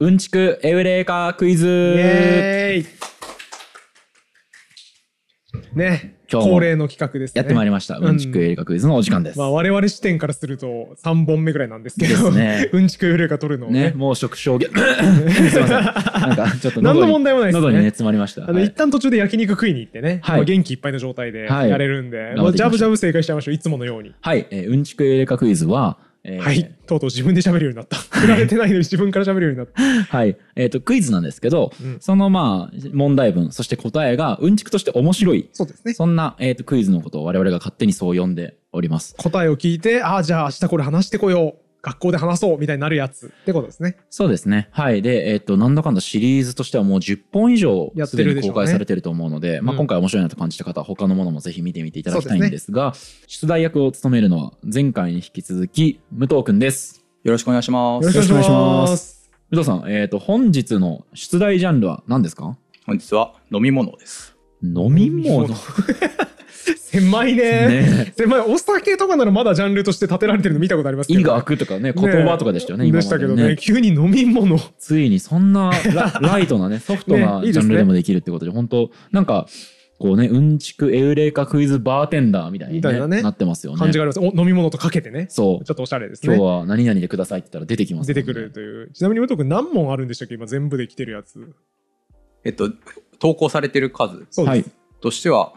うんちくエウレカクイイズエーイね、今日も恒例の企画ですね。やってまいりました。うんちくエウレカクイズのお時間です。まあ我々視点からすると3本目ぐらいなんですけど、ですね うんちくゆれが取るのをね、ね。もう食小限。すいません。なんかちょっと 何喉のに問題もないですね喉にね、詰まりました。あの、はい一旦途中で焼肉食いに行ってね、はいまあ元気いっぱいの状態ではいやれるんで、頑ま張あっていきましょうジャブジャブ正解しちゃいましょう、いつものように。はい、えーうんちくエウレカクイズは、えーはい、とうとう自分で喋るよう になった。振られてないのに自分から喋るようになった。はい。えっ、と、クイズなんですけど、うんそのまあ、問題文、そして答えが、うんちくとして面白い。そうですね。そんな、えっ、と、クイズのことを我々が勝手にそう呼んでおります。答えを聞いて、ああ、じゃあ明日これ話してこよう。学校で話そうみたいになるやつってことですね。そうですね。はい。で、えっ、と、なんだかんだシリーズとしてはもう10本以上やっすてでるにでしょうね公開されてると思うので、まあ、うん今回面白いなと感じた方は他のものもぜひ見てみていただきたいそうんでですが、出題役を務めるのは前回に引き続き武藤くんです。よろしくお願いしまよろす。しくお願いよろししくお願いしま。ます武藤さん、えっ、と、本日の出題ジャンルは何ですか本日は飲み物です。飲み飲み物。物ね狭いね。え狭い。お酒とかならまだジャンルとして立てられてるの見たことありますけど。医学とかね、言葉とかでしたよね、え今まで、ね。でしたけどね、急に飲み物。ついにそんな ラライトなね、ソフトなねいいジでャすねンルでもできるってことで、本当なんか、こうね、うんちくエウレカクイズバーテンダーみたいに、ねみたいなねなってますよね。感じがあります。お飲み物とかけてね。ちそょう。っとおしゃれです今日ね。は何々でくださいって言ったら出てきます、出てくる。という。ちなみに、武藤君何問あるんでしたっけ今全部できてるやつ。えっと、投稿されてる数そうはでいす。。としては、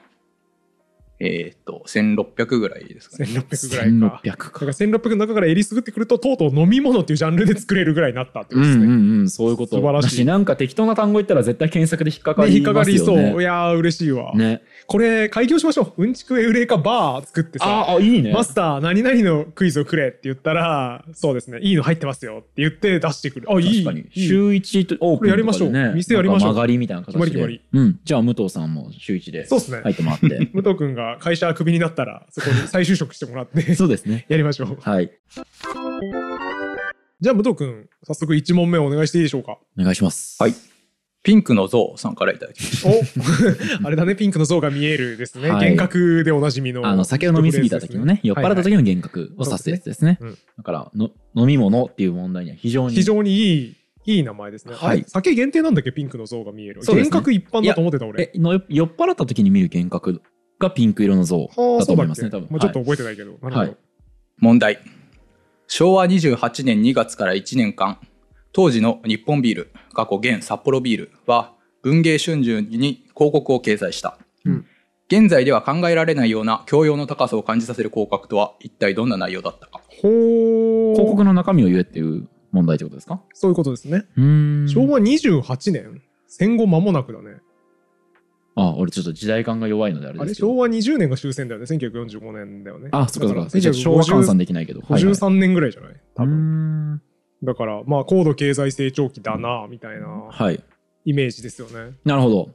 えーっと、1600ぐらいですかね。 1600ぐらい1600か。だか。から1600の中からえりすぐってくると、とうとう飲み物っていうジャンルで作れるぐらいになったってこうとですんね。うんうん、そういうこと。素晴らしいだなんか適当な単語言ったら絶対検索で引っかかねり引っかまかすりよそね。う。いやー、嬉しいわ。ね。これ、開業しましょう。うんちくエウレカバー作ってさ。ああ、いいね。マスター、何々のクイズをくれって言ったら、そうですね、いいの入ってますよって言って出してくる。あ、いい。確かに。いい週一とオープンとかで、ね。これやりましょう店やりましょなうんか曲がりみたいな形で。決まりうん。じゃあ、武藤さんも週一でそうですね。入ってもらっ て。武藤君が会社クビになったら、そこに再就職してもらって、 そうですね。やりましょう。はい。じゃあ、武藤君、早速1問目お願いしていいでしょ うか。お願いします。はい。ピンクの像さんからいただきました。おあれだね、ピンクの像が見えるですね。はい幻覚でおなじみの。あの酒を飲み過ぎた時のね、酔っ払ったはいはい時の幻覚を指すやつですね。そうですねだからの、飲み物っていう問題には非常に。非常にいい。いい名前ですね、はいあれ酒限定なんだっけピンクの像が見える、そうです幻ね覚一般だと思ってた俺えの酔っ払った時に見る幻覚がピンク色の像ああだとそう思だいっますけ、ね、多分。まあ、ちょっとはい覚えてないけど、なるほどはい問題。昭和28年2月から1年間、当時の日本ビール、過去現札幌ビールは、文芸春秋に広告を掲載した。うん現在では考えられないような教養の高さを感じさせる広告とは一体どんな内容だったか。ほー広告の中身を言えっていう問題ってことですかそういうことですね。うーん昭和28年戦後間もなくだね。あ、俺ちょっと時代感が弱いのであれあでれ、すけど。昭和20年が終戦だよね。1945年だよね。あ、そっかそっだか。じゃあ昭和換算できないけど。はいはい53年ぐらいじゃない多うー分。んだから、まあ、高度経済成長期だな、みたいなはい。イメージですよね。なるほど。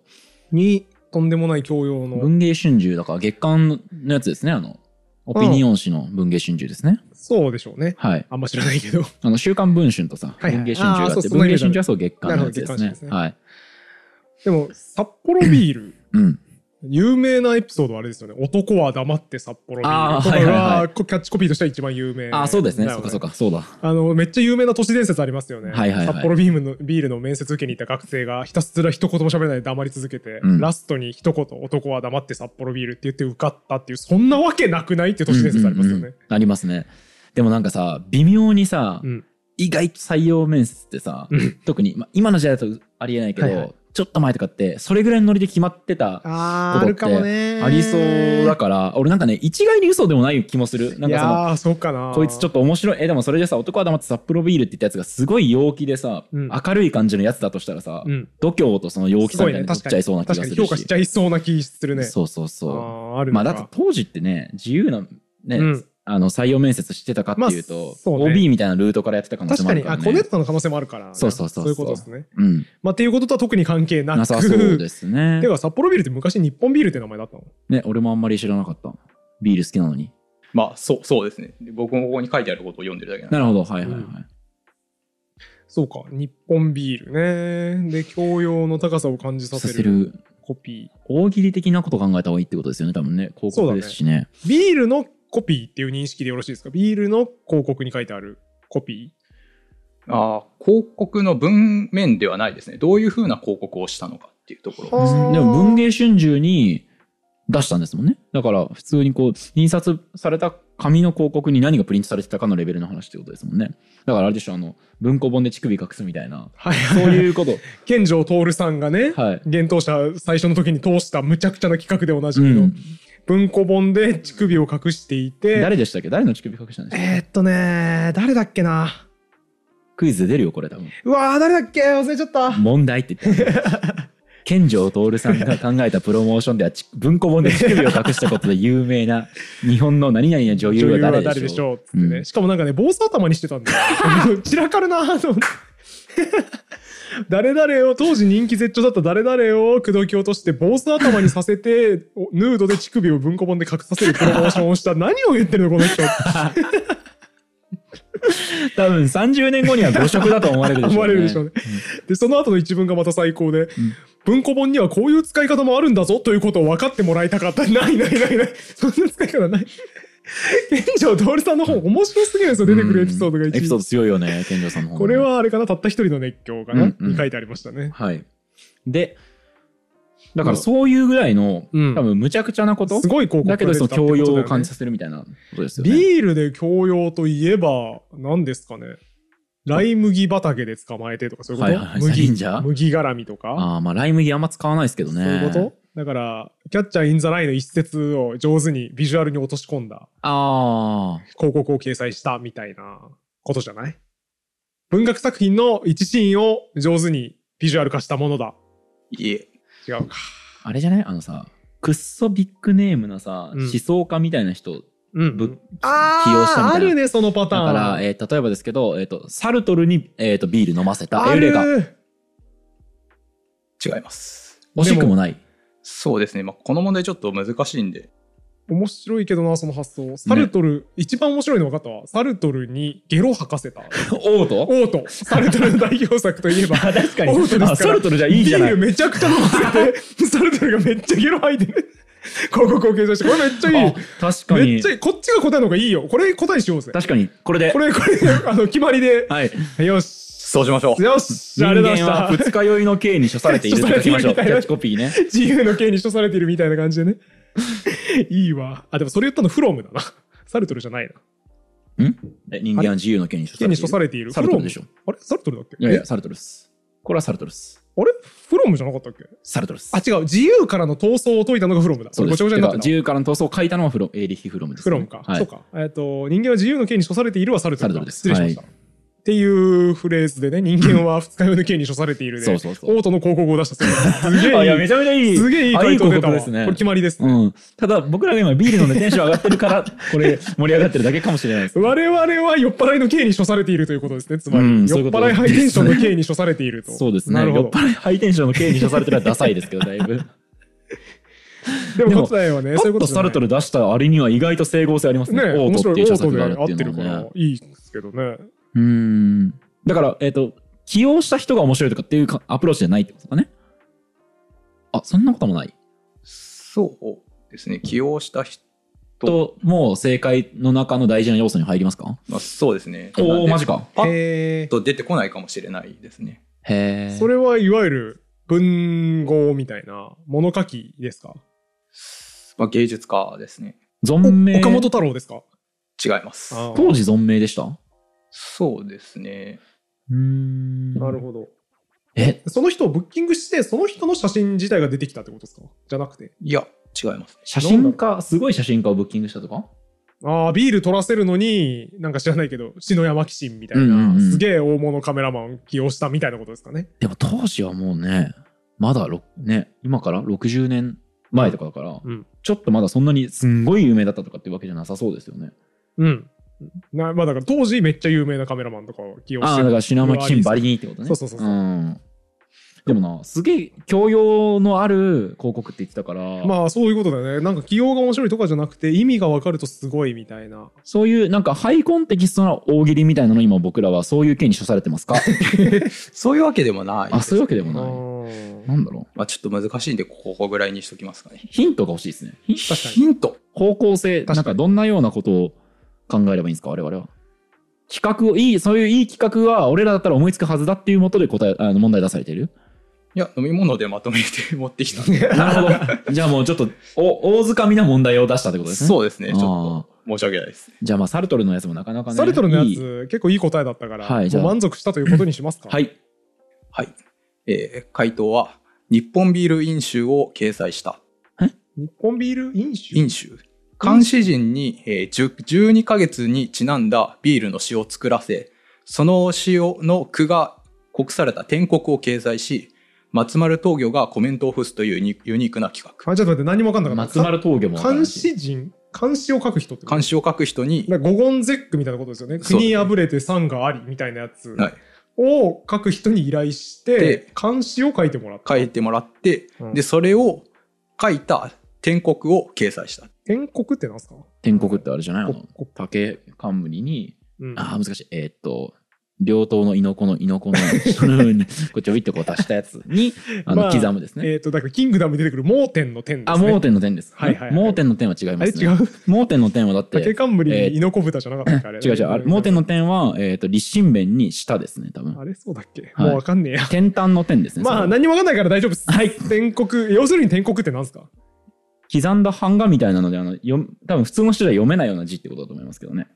に、とんでもない教養の。文芸春秋だから月刊のやつですね。あの、オピニオン誌の文芸春秋ですね。そうでしょうね。はい。あんま知らないけど。あの週刊文春とさ、はいはい文芸春秋がああーそっうて、その文イメ芸ージあ春る秋はそう月刊のやつですなるほど月刊誌ね。ですねはい。でも、札幌ビ ール。うん。有名なエピソードはあれですよね。男は黙って札幌ビール。あーとかはいはいはがこキャッチコピーとしては一番有名だよ。あー、そうですね。そうかそうか、そうだ。あのめっちゃ有名な都市伝説ありますよね、はいはいはい札幌ビームのビールの面接受けに行った学生がひたすら一言も喋らないで黙り続けて、うんラストに一言「男は黙って札幌ビール」って言って受かったっていうそんなわけなくないっていう都市伝説ありますようんうんねうん。ありますね。でもなんかさ、微妙にさ、うん意外と採用面接ってさ、うん特に、ま、今の時代だとありえないけど、はいはいちょっと前とかって、それぐらいのノリで決まってた。あーあるかもねありそうだから、俺なんかね、一概に嘘でもない気もする。なんいかその、やーそうかなこいつちょっと面白い。え、でもそれでさ、男は黙って札幌ビールって言ったやつがすごい陽気でさ、うん明るい感じのやつだとしたらさ、うん、度胸とその陽気すさごみいたいねに取確っかちゃいにそうな気確がかすにる評価しちゃいそうな気するねそうそうそあーあう。るまのあかだって当時ってね、自由な、ね、うんあの採用面接してたかっていうまあと、そうね OB みたいなルートからやってた可能性確もかあるにから、あね。こねてたの可能性もあるからそうそうそうそうそいううことですねうん。まあっていうこととは特に関係なくなさそう ですねて。か札幌ビールって昔日本ビールって名前だったのね、俺もあんまり知らなかった。ビール好きなのに。まあ、そう、そうですね。で僕もここに書いてあることを読んでるだけなんでなるほど、はいはいはい。うんそうか、日本ビールね。で、教養の高さを感じささせせるる。コピ大喜利的なこと考えた方がいいってことですよね、多分ね。広告ですしね。ー。ビールのコピーっていう認識でよろしいですかビールの広告に書いてあるコピあー広告の文面ではないですねどういうふうな広告をしたのかっていうところあーでも文藝春秋に出したんですもんねだから普通にこう印刷された紙の広告に何がプリントされてたかのレベルの話ってことですもんねだからあれでしょあの文庫本で乳首隠すみたいなはいそうはいいうこと健城徹さんがね、 はい、幻冬者最初の時に通したむちゃくちゃな企画でおなじうみの、ん、文庫本で乳首を隠していて誰でしたっけ誰の乳首隠したんですか、えー、っとね誰だっけなクイズで出るよこれ多分うわー誰だっけ忘れちゃった問題って 言ってた健城徹さんが考えたプロモーションではち文庫本で乳首を隠したことで有名な日本の何々の女優は誰でしょうょうっつってね、うんしかもなんかね坊主頭にしてたんだよ 散らかるなと思って誰々を当時人気絶頂だった誰々を口説き落として坊主頭にさせておヌードで乳首を文庫本で隠させるプロモーションをした何を言ってるのこの人多分30年後には誤植だと思われるでしょう、ね、思われるでしょうねでその後の一文がまた最高で、文庫本にはこういう使い方もあるんだぞということを分かってもらいたかったないないない ないそんな使い方ない 現状徹さんの本面白すぎるんですよ出てくるエピソードがうんエ一ピソード強いよね健城さんの方これはあれかなたった一人の熱狂かな、うんうんに書いてありましたね。はいでだからそういうぐらいの、うん多分むちゃくちゃなことすごい広告だけどその教養を感じたさせるみたいなことですよねビールで教養といえば何ですかねライ麦畑で捕まえてとかそういうこと、はいはいはいサリン麦ジャー麦絡みとか、ああまあライ麦あんま使わないですけどそうねいうことだから「キャッチャー・イン・ザ・ライン」の一節を上手にビジュアルに落とし込んだああ広告を掲載したみたいなことじゃない文学作品の一シーンを上手にビジュアル化したものだいえ違うか、あれじゃないあのさくっそビッグネームなさ、うん思想家みたいな人うんぶあ起用したみーたいなあるねそのパタだーンから、えー例えばですけど、えー、とサルトルに、えー、とビール飲ませたあエウレカる違います惜しくもないそうですね、まあ、この問題ちょっと難しいんで面白いけどなその発想サルトル、一番面白いの分かったわサルトルにゲロ吐かせたオート オートサルトルの代表作といえば確かオートですから あサルトルじゃ いいじゃないビールめちゃくちゃ飲ませ てサルトルがめっちゃゲロ吐いてる広告を掲載してこれめっちゃいいあ確かめにっちゃいいこっちが答えの方がいいよこれ答えにしようぜ確かにこれでこれこれあの決ま りではいよしそうしましょうよし人じゃああれだ間は二日酔いの刑に処されてい ると書きましょうキ処さャれているみたいなッチコピーね自由の刑に処されているみたいな感じでねいいわあでもそれ言ったのフロムだなサルトルじゃないなえ人間は自由の刑に処されてい刑るに処されているサルトルでしょょあれサルトルだっけいやいやサルトルっすこれはサルトルっすあれフロムじゃなかったっけサルトルっすあ、違う。自由からの闘争を解いたのがフロムだ。そうでごちすゃごちゃになって自た。由からの闘争を書いたのはフロエーリヒ・フロムですフねロムか。はいそうか。えっ、と、人間は自由の刑に処されているはサルトサルルトだルです失礼しました。っていうフレーズでね、人間は二日酔いの刑に処されているで、そうそうそうオートの広告を出したそう です。すげあいやえいめい。ちゃめちゃいいすげえいいあ回答出た広告わ。ですねこれ決まりですね。うん、ただ僕らが今ビール飲んでテンション上がってるからこれ 盛り上がってるだけかもしれないです我々は酔っ払いの刑に処されているということですね。つまり、うん酔そうっいうこと払いハイテンションの刑に処されていると。そうですねなる酔っほど。払いハイテンションの刑に処されてるのはダサいですけどだいぶででもも答えはね、そういパうこッととじゃサなルいトル出したあれには意外と整合性ありますねね、オ面ートっ白てい。いうオ著ート作でがあるっ合っていてうるのかもらね、いいですけどね。うーんだからえっ、と起用した人が面白いとかっていうかアプローチじゃないってことかねあそんなこともないそうですね起用した人、ともう正解の中の大事な要素に入りますかまあ、そうですねおおなマんでジかパッへーと出てこないかもしれないですねへえそれはいわゆる文豪みたいな物書きですかまあ、芸術家ですね存命岡本太郎ですか違います当時存命でしたうそうですねーんなるほど。えその人をブッキングして、その人の写真自体が出てきたってことですかじゃなくて。いや違います写真家すごい写真家をブッキングしたとかああ、ビール取らせるのに、なんか知らないけど、篠山紀信みたいな、うんうんうんすげえ大物カメラマン起用したみたいなことですかね。でも当時はもうねまだろね今から60年前とかだから、うんちょっとまだそんなにすんごい有名だったとかっていうわけじゃなさそうですよねうん。なまあだから当時めっちゃ有名なカメラマンとかを起用しああだてかる。ら篠山紀信バリにってことねそうそうそうそうんでもなすげえ教養のある広告って言ってたから、まあそういうことだよね。なんか起用が面白いとかじゃなくて、意味がわかるとすごいみたいな。そういうなんかハイコンテキストな大喜利みたいなの今僕らはそういう件に処されてます かそういうわけでもないあそういうわけであもーないなんだろうまあ、ちょっと難しいんでここぐらいにしときますかねヒントが欲しいですねヒン確かにヒント方向性確かになんかどんなようなことを考えればいいんですか我々は企画をいいそういういい企画は俺らだったら思いつくはずだっていうもとで答えあの問題出されて るいや、飲み物でまとめて 持ってきたんで。 なるほどじゃあもうちょっとお大づかみな問題を出したってことですねそうですね。ちょっあとー申し訳ないです。じゃあまあサルトルのやつもなかなかねサルトルのやついい結構いい答えだったから、はいじゃもあう満足したということにしますか。はいはい。えー回答は、日本ビール飲酒を掲載した。日本ビール飲酒飲酒。監視人に、えー10 12ヶ月にちなんだビールの詩を作らせ、その詩の句が刻された天国を掲載し、松丸東魚がコメントを付すというユニユニークな企画。あちょっと待って何も分かんなかっ松た。丸峠もわからん監し視人監視を書く人ってこと監視を書く人に、だから五言絶句みたいなことですよね。そう国破れて山がありみたいなやつはいを書く人に依頼してで、漢詩を書いてもらった。書いてもらって、うんで、それを書いた天国を掲載した。天国ってなんですか天国ってあれじゃないあのここ竹冠にうんああ難しいえーっと両党の猪子の猪子の その上にこうちょびっとこう足したやつにあのまあ刻むですね、えっ、と、だから、キングダムに出てくる盲点の点です、あ、ね。盲点の点です。はいはいはい盲点の点は違いあまれす違ね。う盲点の点はだって、竹違冠えーに猪子豚じゃなかったっけあれ。う違う。あれ盲点の点は、えっ、と、立身弁に下ですね、多分。あれそうだっけ、はいもうわかんねえや。天端の点ですね。まあ、それは何もわかんないから大丈夫です。はい。天国、要するに天国ってなんですか刻んだ版画みたいなので、あの、よ多分普通の人では読めないような字ってことだと思いますけどね。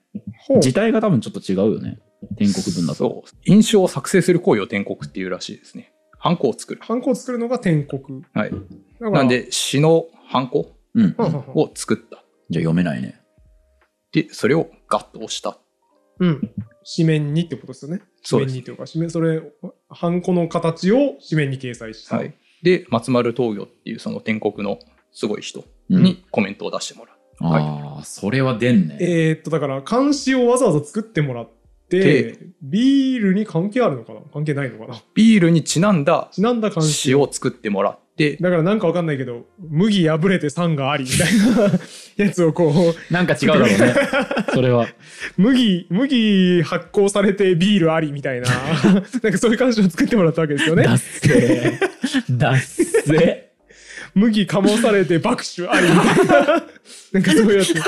ほう字体が多分ちょっと違うよね。天国文だと。そう。印象を作成する行為を天国っていうらしいですね。ハンコを作る。ハンコを作るのが天国。はい。だからなん、で、詩のハンコうん。じはゃんあはんはんを作った。読めないね。で、それをガッと押した。うん。紙面にってことですよね。そう紙面ですにというか、紙面、それ、ハンコの形を紙面に掲載した。はい。で、松丸東魚っていうその天国のすごい人うんにコメントを出してもらう。はいああ、それは出んね。えーっと、だから、監視をわざわざ作ってもらってで、ビールに関係あるのかな関係ないのかなビールにちなんだちなんだ監視。詩を作ってもらって、だからなんかわかんないけど、麦破れて酸がありみたいな やつをこう、なんか違うだろうね。それ は。麦、麦発酵されてビールありみたいな、 なんかそういう監視を作ってもらったわけですよねだ。っせ ー。だっせ麦かもされて爆酒ありみたいな、 なんかそういうやつ。ー。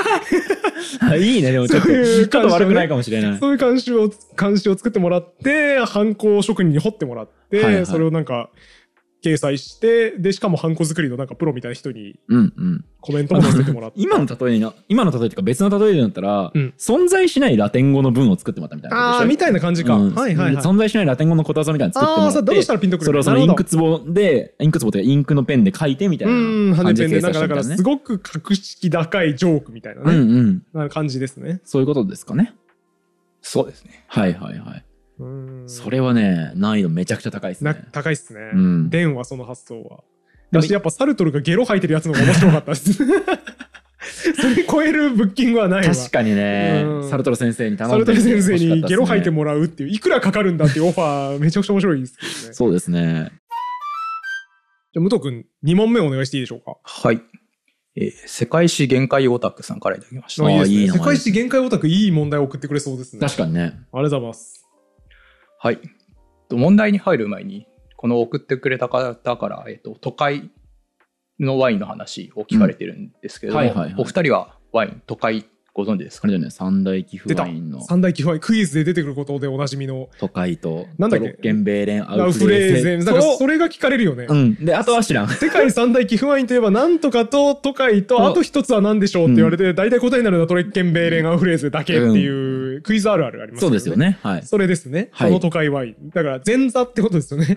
あいいね、でもちょっと、そういう感じちょっと悪くないのねかもしれない。そういう監修を、監修を作ってもらって、ハンコを職人に彫ってもらって、はいはいそれをなんか、掲載して、で、しかもハンコ作りのなんかプロみたいな人にうんうん。コメントもさせてもらって。今の例えな今の例えっていうか別の例えだったら、うん存在しないラテン語の文を作ってもらったみたいなああ、みたいな感じか。うんはいはいはい。存在しないラテン語のことわざみたいなの作ってもあらあ、っさ、てだとしたらピンとくる。それをそのなイるンほクどツボでインクツボというかインクのペンで書いてみたいなうん、羽感根じペンでで、掲な載んしかたみだかたら、いなすねごく格式高いジョークみたいなうね、んうんな感じですね。そういうことですかねそうですね。はいはいはい、うんそれはね難易度めちゃくちゃ高いですなね高いっすね。うん電話その発想は。だし、やっぱサルトルがゲロ吐いてるやつの方が面白かっ たです。それ超えるブッキングはないわ。確かにね、うんサルトル先生に頼んサでルトル先生欲しかっにたですねゲロ吐いてもらうっていう、いくらかかるんだっていうオファー、めちゃくちゃ面白いですけどね。じゃそうですねあ、武藤君、2問目お願いしていいでしょうか。はい。えー世界史限界オタクさんからいただきましたあ。ーですねいい名前世界史限界オタク、いい問題送ってくれそうですね。確かにねありがとうございます。はい。と問題に入る前に、この送ってくれた方から、えっと、都会のワインの話を聞かれてるんですけれども、うんはいはいはいお二人はワイン、都会ご存知ですあかれだよね三大寄付ワインの三大基本、クイズで出てくることでおなじみの、都会となんだっドけロッケンベーレンアラウフフレーレーゼゼン。ンだから、とそれが聞かれるよね。うん。で、あとは知らん。世界三大寄付ワインといえば、なんとかと都会と、あと一つは何でしょうって言われて、大体答えになるのはトレッケンベーレンアウフレーゼだけっていう、クイズあるあるありますそうですよ。ね。はい。それですね。はいその都会ワイン。だから、前座ってことですよね。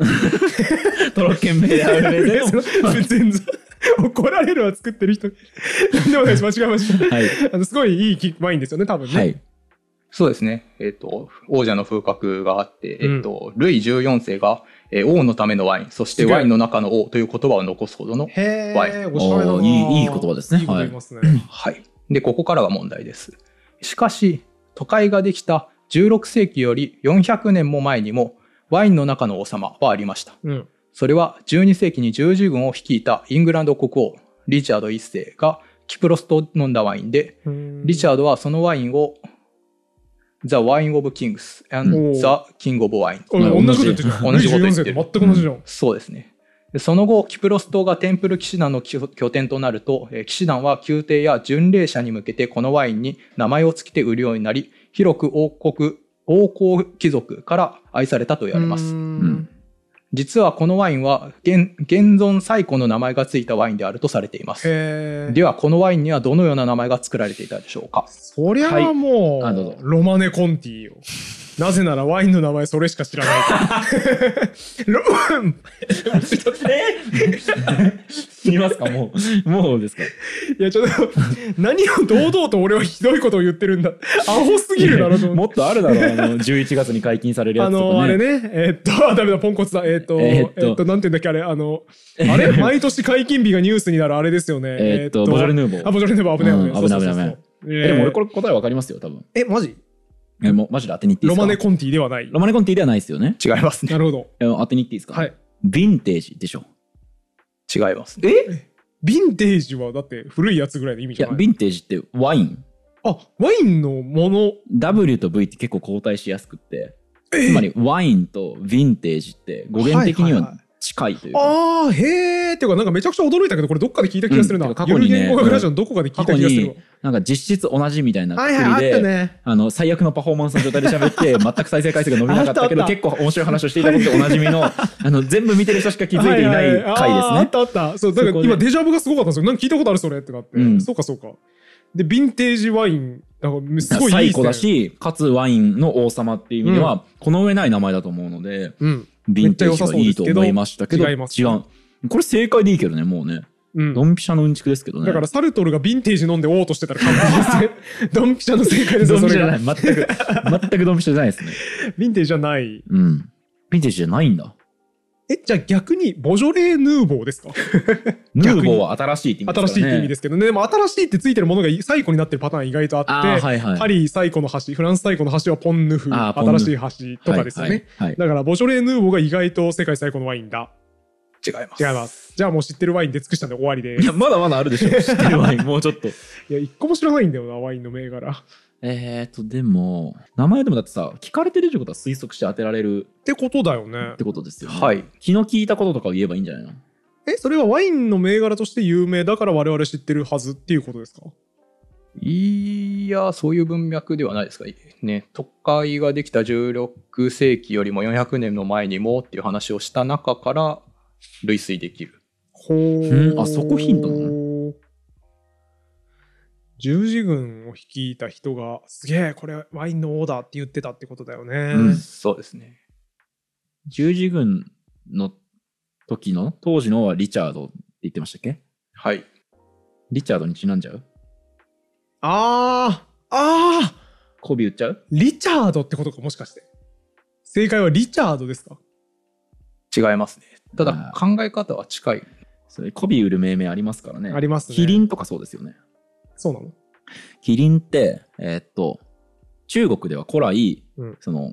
トロッケンベーレンアウフレーゼンの。全然怒られるわ作ってる人何でもないです間違えました、はい。あのすごいいいキックワインですよね多分ね、 はい。そうですね。えっと、王者の風格があって、うんえっと、ルイ14世が、えー王のためのワイン、そしてワインの中の王という言葉を残すほどの、へワえおしゃれだおなーいいいい言葉ですねいいこと言いますね、はい。で、ここからは問題です。しかし、都会ができた16世紀より400年も前にも、ワインの中の王様はありました。うんそれは12世紀に十字軍を率いたイングランド国王リチャード1世がキプロスと飲んだワインでリチーャードはそのワインを The Wine of Kings お and ー The King of Wine 同じこと言ってる同じこと言ってるる全く同じじゃん、そうですねでその後キプロス島がテンプル騎士団の拠拠点となるとえー騎士団は宮廷や巡礼者に向けてこのワインに名前を付けて売るようになり広く王国王侯貴族から愛されたと言われます。うん実はこのワインは現現存最古の名前がついたワインであるとされています。へえではこのワインにはどのような名前が作られていたでしょうかそりゃあもう、はいあどうぞロマネ・コンティよ。なぜならワインの名前それしか知 らないから。ロ見ますかもう、もうですか。いやちょっと何を堂々と俺はひどいことを言ってるんだ。アホすぎるだろと思 もっっとあるだろう、あの、11月に解禁されるて。やあつとか、ね。の、あれね、えーっと、あダメだ、ポンコツだ、えーっと、ええーっとーっと、なんていうんだっけ、あれ、あの、あ れ、毎年解禁日がニュースになるあれですよね。えーっとボジョレ・ヌーボーあ、ボジョレ・ヌーボー危ない危なうい。ん危ない危ない危ないそうそうそうそう。ええでも俺これ、れ答えわかりますよ、多分。え、マジえ、もうマジで当てに行っていいでロすかマネ・コンティではない。ロマネコンティではないですよね。違いますね。なるほど。え当てに行っていいですかはい。ヴィンテージでしょ。違いますね。ヴィンテージはだって古いやつぐらいの意味いじゃや、ないヴィンテージってワイン。あ、ワインのもの。 W と V って結構交代しやすくって、えつまりワインとヴィンテージって語源的には近いというか、あー、へー。っていうか、なんかめちゃくちゃ驚いたけど、これどっかで聞いた気がするな。うんてか過去にねゆる言語学ラジオのどこかで聞いた気がするわ。なんか実質同じみたいなはいくくはい、りあったで、ね。あの最悪のパフォーマンスの状態で喋 って、全く再生回数が伸びなかったけあど、ったあった結構面白い話をしていたことでおなじみ の、あの全部見てる人しか気づいていなはいは回であすーあっね。たあった。そう、だそからこで今デジャブがすごかったんですよ。なんか聞いたことあるそれってなって。うんそうかそうか。で、ヴィンテージワイン。だから、すごいいい最です古ねだ。し、かつワインの王様っていう意味では、この上ない名前だと思うので、うん。ヴィンテージはいいと思いましたけど、めっちゃ良さそうですけ違どう。これ正解でいいけどね、もうね。うん。ドンピシャのうんちくですけどね。だから、サルトルがヴィンテージ飲んでおうとしてたら完璧ですね。ドンピシャの正解ですよ、ドンそピシれャじゃなが。い。全く、 全くドンピシャじゃないですね。ヴィンテージじゃない。うん。ヴィンテージじゃないんだ。え、じゃあ逆に、ボジョレー・ヌーボーで すかヌ逆にーボーは新しいって意味ですから新ね。しいって意味ですけどね。でも新しいってついてるものが最古になってるパターン意外とあって、あーはいはいパリ最古の橋、フランス最古の橋はポンヌフ、あーポンヌ新フしい橋とかですよね。はいはいはいだから、ボジョレー・ヌーボーが意外と世界最古のワインだ。違います。違い ます。じゃあもう知ってるワインで尽くしたんで終わりでいや、まだまだあるで しょ。知ってる ワイン、もうちょっと。いや、一個も知らないんだよな、ワインの銘柄。っえーと、でも、名前でもだってさ、聞かれてるってことは推測して当てられるてことだよねっ。てことですよね。。はいい。気の利いたこととかを言えばいいんじゃないのえ、それはワインの銘柄として有名だから我々知ってるはずっていうことですかいや、そういう文脈ではないですか。ね、都会ができた16世紀よりも400年の前にもっていう話をした中から類推できる。ほうーんあそこヒントな十字軍を率いた人が、すげえ、これワインのオーダーって言ってたってことだよね。うんそうですね。十字軍の時の、当時のはリチャードって言ってましたっけはい。リチャードにちなんじゃうあー、あー、コビ売っちゃうリチャードってことか、もしかして。正解はリチャードですか違いますね。ただあ考え方は近い。それ、コビ売る命名ありますからね。ありますね。キリンとかそうですよね。そうなのキリンって、えーっと、中国では古来、うんその、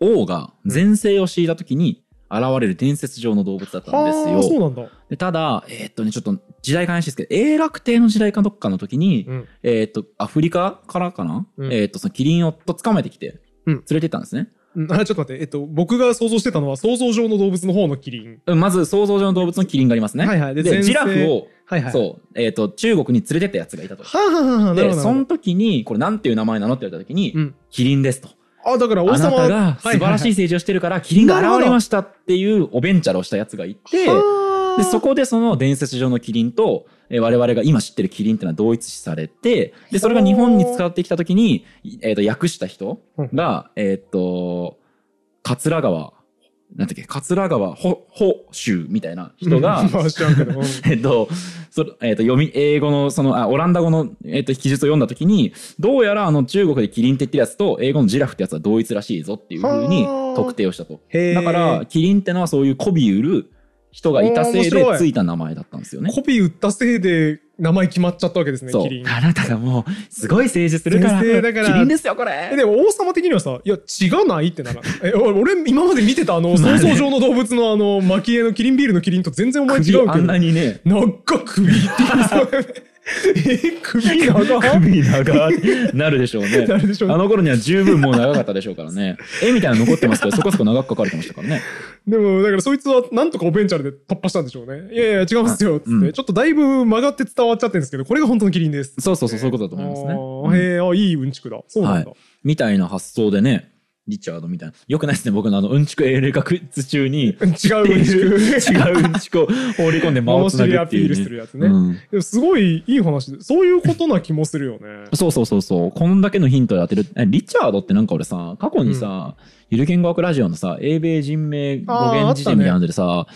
王が前世を敷いた時に現れる伝説上の動物だったんですあーそうよ。なんだ。でただ、えーっとね、ちょっと時代が怪しいですけど、永楽帝の時代かどっかの時に、うんえーっと、アフリカからかな、うんえーっと、そのキリンをと捕まえてきて、うん連れてったんですね。うんあ、ちょっと待って、えっと、僕が想像してたのは、想像上の動物の方のキリン。うんまず、想像上の動物のキリンがありますね。はいはいでで、前世ジラフを、はいはそう、えーっと、中国に連れてったやつがいたと。あはあはあはあなるで、ほどなるほど。その時に、これなんていう名前なのって言われた時に、うんキリンですと。あ、だから王あな様たが素晴らしい政治をしてるから、キリンが現れましたっていうおベンチャルをしたやつがいて、でそここでその伝説上のキリンと、えー我々が今知ってるキリンっていうのは同一視されて、で、それが日本に使ってきた時に、えっ、と、訳した人が、えっ、と、桂川、なんだっけ、桂川保保州みたいな人が、 まあ知らんけど。うん えっと、それ、えっと、読み、英語の、その、あ、オランダ語の、えっと、記述を読んだときに、どうやら、あの、中国でキリンって言ってるやつと、英語のジラフってやつは同一らしいぞっていうふうにはあ特定をしたと。へーだから、キリンってのはそういう媚び売る人がいたせいおー面白でいついた名前だったんですよね。コピー売ったせいで名前決まっちゃったわけですね、そうキリン。あなたがもうすごい政治するから先生だからキリンですよこえれでも王様的にはさ、いや、違うないってなら。 え、お俺、今まで見てたあまの、あ想ね像上の動物のあの、蒔絵のキリンビールのキリンと全然お前違うけ首ど。あんなにね なんか首って言う え、首長首長ってなるでしょうね なるでしょうねあの頃には十分もう長かったでしょうからね絵みたいなの残ってますけどそこそこ長く描かれてましたからねでも、だからそいつはなんとかおベンチャルで突破したんでしょうね。いやいや、違いますよ、つって、うんちょっとだいぶ曲がって伝わっちゃってるんですけど、これが本当のキリンです。そうそうそうそういうことだと思いますねあーへえ、あ、いいうんちくだ。そうなんだ。みたいな発想でね、リチャードみたいな。よくないですね、僕のあの、うんちく英霊学術中に、違う 違うんちくううんちくを放り込んで間を面つなぐ白いアっピていーう、ルね。するやつね。うんでもすごいいい話でそういうことな気もするよ ね。そうそうそうそう。こんだけのヒントで当てる。えリチャードってなんか俺さ、過去にさ、ゆる言語学ラジオのさ、英米人名語源辞典みたいなのでさ、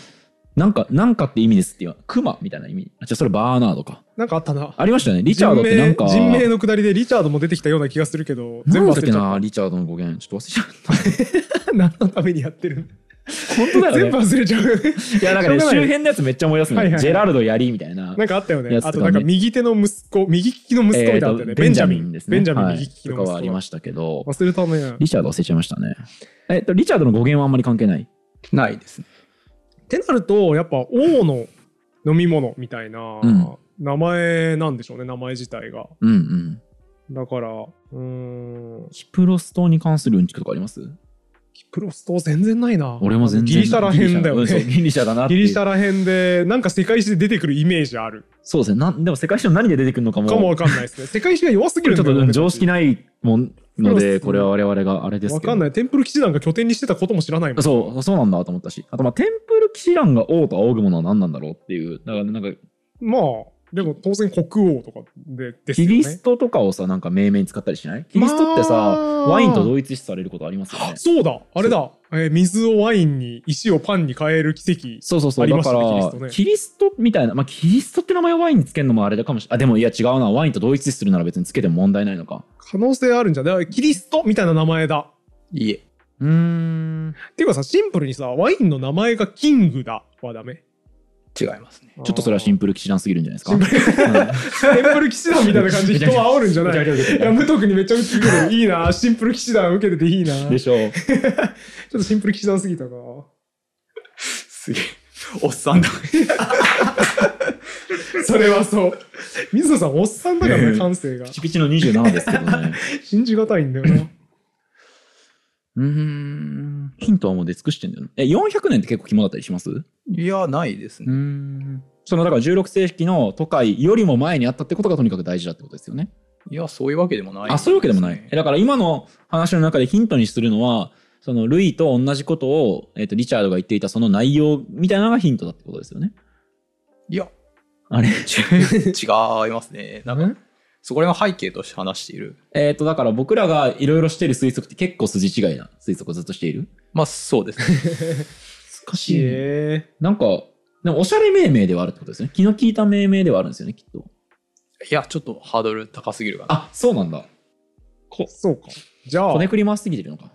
なんか、なんかって意味ですって言うクマみたいな意味。あ、じゃそれバーナードか。なんかあったな。ありましたよね。リチャードってなんか、人名人名のくだりでリチャードも出てきたような気がするけど、全全部部忘だっれけちゃな、っ。リチャードの語源。ちょっと忘れちゃった 何のためにやってるた。本当の全部忘れちゃう。い や、なんかね、しょうがない周辺のやつめっちゃ思い出すはいはいはね。いジェラルドやりみたいな。なんかあったよねや。つとあかとねなんか右手の息子、右利きの息子みたいなのあったよえね。ーベンジャミンですね。ベンジャミンはい右利きのと息か子はだ。ありましたけど、忘れたね。リチャード忘れちゃいましたね。えっと、リチャードの語源はあんまり関係ない。ないですね。ってなるとやっぱ王の飲み物みたいなうん名前なんでしょうね、名前自体がうんうん。だからうーんキプロス島に関するうんちくとかありますキプロス島全然ないな俺も全然。ギリシャらへんだよギリシャうんそうねギリシャだなって ギいう。リシャらへんでなんか世界史で出てくるイメージあるそうですね。なんでも世界史の何で出てくるのかも。かもわかんないです ね世界史が弱すぎこれるんちだょっとようん常識なないもんキプのロスで、これは我々があれですけど。わかんないテンプル騎士団が拠点にしてたことも知らないもんそう、そうなんだと思ったし。あと、まあ、テンプル騎士団が王と仰ぐものは何なんだろうっていう。だから、なんか、まあでも当然国王とかでですキよねリストとかをさ、なんか命名に使ったりしないキリストってさ、まあワインと同一視されることありますよね。そうだあれだ、えー水をワインに石をパンに変える奇跡そうそうそあう。りだましかたねら、キリストみたいな、まあ、キリストって名前をワインにつけるのもあれだかもしれない。あ、でもいや違うな。ワインと同一視するなら別につけても問題ないのか。可能性あるんじゃないだからキリストみたいな名前だ。いえ。うーん。っていうかさ、シンプルにさ、ワインの名前がキングだはダメ。違いますね。ちょっとそれはシンンプル騎士団すぎるんじゃないですか。うんプル。テンプル騎士団みたいな感じで人を煽るんじゃないいや、無徳にめっちゃ受けてる。いいな、シンプル騎士団受けてていいな。ち ょでっしょう。とシンプル騎士団すぎたな。すげえ。おっさんだ。それはそう。水野さん、おっさんだからうね、ん感性がピ。チピチの27ですけどね。信じがたいんだよな。 うーん。ヒントはもう出尽くしてんだよ、ね。え、400年って結構肝だったりしますういや、ないですね。ん。そのだから16世紀の都会よりも前にあったってことがとにかく大事だってことですよね。いや、そういうわけでもない、あ、そういうわけでもない。ええだから今の話の中でヒントにするのは、そのルイと同じことを、えっ、と、リチャードが言っていたその内容みたいなのがヒントだってことですよね。いや、あ れ違いますね。なんか、んそこら辺を背景として話している。えっと、だから僕らがいろいろしてる推測って結構筋違いな推測をずっとしている。まあ、そうです ね。難しいね、えなんか、でもおしゃれ命名ではあるってことですね。気の利いた命名ではあるんですよね、きっと。いや、ちょっとハードル高すぎるかな。あ、そうなんだ。ー。そうか。じゃあこ、ねくり回しすぎてるのか。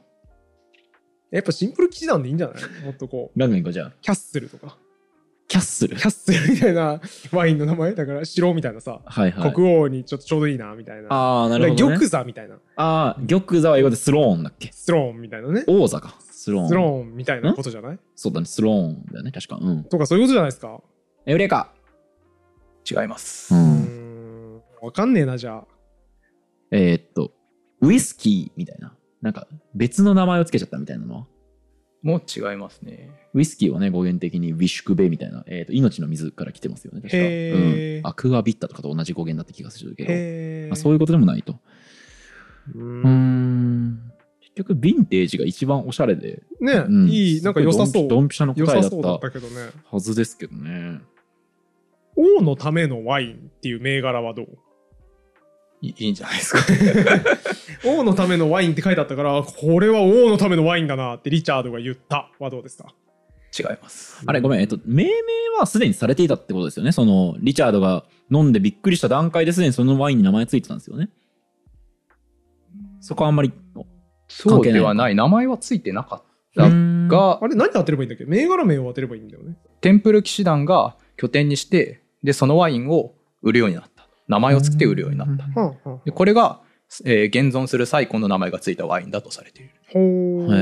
やっぱシンプル騎士団でいいんじゃないもっとこう、ラグメンか、じゃあ。キャッスルとか。キャッスルキ。ャッスルみたいなワインの名前だから、城みたいなさ。はいはい。国王にちょっとちょうどいいなみたいな。ああ、なだかるらほど、ね。玉座みたいな。ああ、玉座は英語でスローンだっけ。スローンみたいなね。王座か。スローン。スローンみたいなことじゃないそうだね、スローンだよね、確か。うん。とかそういうことじゃないですか。エウレカ。違います。う。うんん。わかんねえな、じゃあ。えーっと、ウイスキーみたいな。なんか、別の名前をつけちゃったみたいなのは。もう違いますね。ウイスキーはね、語源的にウィシュクベみたいな、えーっと、命の水から来てますよね、確か。へーうん。アクアビッタとかと同じ語源だった気がするけど。へえ。まあ、そういうことでもないと。うんうーん。結局、ヴィンテージが一番おしゃれで、ね、うんいい、なんか良さそう。ドンピシャの良答えださそうだっったけどね。はずですけどね。王のためのワインっていう銘柄はどういいいんじゃない ですか。王のためのワインって書いてあったから、これは王のためのワインだなってリチャードが言ったはどうですか違います。あれ、ごめん、えっと、命名はすでにされていたってことですよね。その、リチャードが飲んでびっくりした段階ですでにそのワインに名前ついてたんですよね。そこはあんまり、そうではない。名前はついてなかったが、があ、れ何当てればいいんだっけ銘柄名を当てればいいんだよね。テンプル騎士団が拠点にして、で、そのワインを売るようになった。名前をつけて売るようになった。はあはあで、これが、えー現存する最古の名前がついたワインだとされている。ほーへ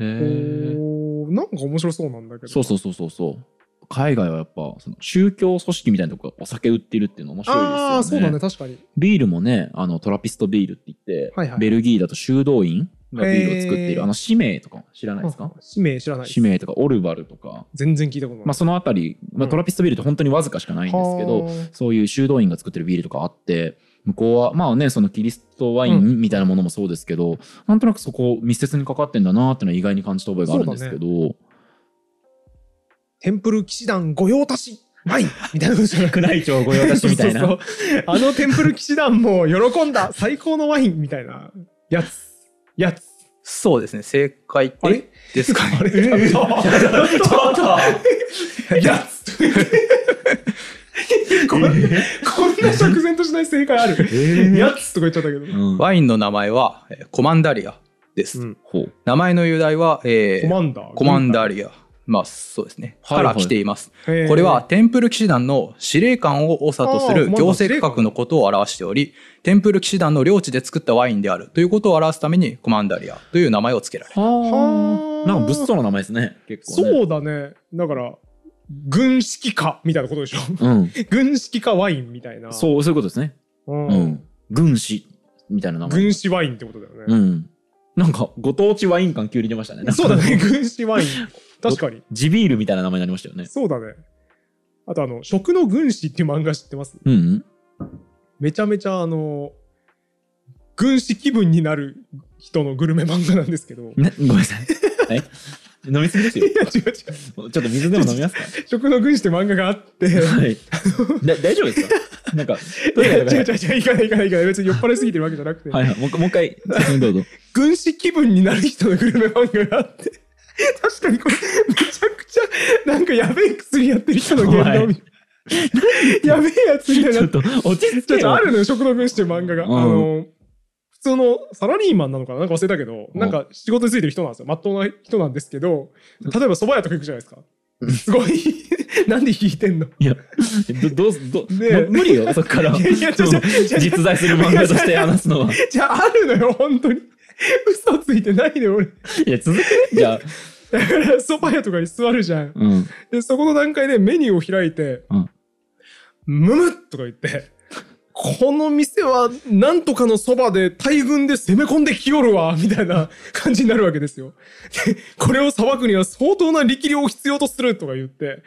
へーほーなんか面白そうなんだけど。そうそうそうそうそう。海外はやっぱ、その宗教組織みたいなとこがお酒売ってるっていうの面白いですよね。ああ、そうだね、確かに。ビールもね、あのトラピストビールって言って、はいはいベルギーだと修道院がビールを作っていへーる、あの、使命とか知らないですか氏名知らないです使命とか、オルバルとか、全然聞いたことない。まあ、そのあたり、まあ、うんトラピストビールって本当にわずかしかないんですけど、はーそういう修道院が作ってるビールとかあって、向こうはまあねそのキリストワイうンみたいなものもそうですけど、なんとなくそこ密接にかかってんだなってのは意外に感じた覚えがあるんですけど、テンプル騎士団御用達はいみたいなことじゃなくない内 調御用達みたいなそうそうそうあのテンプル騎士団も喜んだ最高のワインみたいなやつやつそうですね、正解あれですかあれね。ちょっと やつこんなこんな釈然としない正解あるやつとか言っちゃったけど、うんワインの名前はえーコマンダリアです。うんほう名前の由来は、えコーマンダーコマンダリア。まあそうですね。はいかはいら来ています。へーこれはテンプル騎士団の司令官を長とすあーコマンダーる行政区画のことを表しており、テンプル騎士団の領地で作ったワインであるということを表すためにコマンダリアという名前を付 けられる。ははああなんか物騒な名前ですね結構ねそうだねだから軍式化みたいなことでしょ うん、軍式化ワインみたいなそうそういうことですね、うん、うん、軍師みたいな名前軍師ワインってことだよね、うんなんかご当地ワイン感急に出ましたねなんか そうだね、軍師ワイン。 確かに。地ビールみたいな名前になりましたよねそうだね。あと、あの、食の軍師っていう漫画知ってますうんうんめちゃめちゃ、あの、軍師気分になる人のグルメ漫画なんですけど。い ね、ごめんなさい。え飲みすぎですよ。や、違う違う。ちょっと水でも飲みますか。食の軍師って漫画があって。 いはい。だ大丈夫ですか。なんか。トイや違レうとか違う違う、いかないいかないいかない。別に酔っ払いすぎてるわけじゃなくて。はいはい、もう一回もう一回、説明どうぞ。軍師気分になる人のグルメ漫画があって。 確かにこれ、めちゃくちゃ、なんかやべえ薬やってる人の言動みたいな。 やべえやつみたいにちなっょてっと、落ち着ちょけっとよあ。るのよ、食の軍師っていう漫画が。うんあの、普通のサラリーマンなのかななんか忘れたけど、なんか仕事についてる人なんですよ。まっとうな人なんですけど、例えば蕎麦屋とか行くじゃないですか。すごい、 なんで弾いてんのいや、ど、どうす、ど、ねえもう無理よ、そっから。いやいやちょちそょのちょ実在する漫画として話すのは。じゃあ、あるのよ、本当に。嘘ついてないで俺。いや、続け。じゃあ、だから、蕎麦屋とかに座るじゃん。うん。で、そこの段階でメニューを開いて、うんむむっとか言って、この店はなんとかのそばで大軍で攻め込んできよるわ、みたいな感じになるわけですよ。で、これを裁くには相当な力量を必要とするとか言って、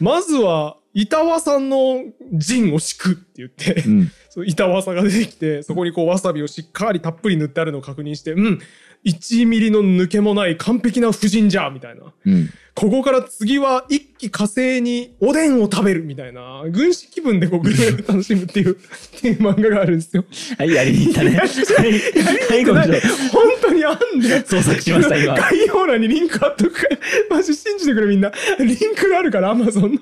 まずは、板和さんの陣を敷くって言ってう、ん。その板わさが出てきて、そこにこうわさびをしっかりたっぷり塗ってあるのを確認して、うん、1ミリの抜けもない完璧な布陣じゃ、みたいな。うん。ここから次は一気火星におでんを食べるみたいな、軍師気分でこうグルメを楽しむっていう、 っていう漫画があるんですよ。はい、やりに行ったね。はい、はい、ごめんなないさい。本当にあんだよ。捜索しました今概要欄にリンク貼っとくから、マジ信じてくれみんな。リンクがあるから、アマゾンの。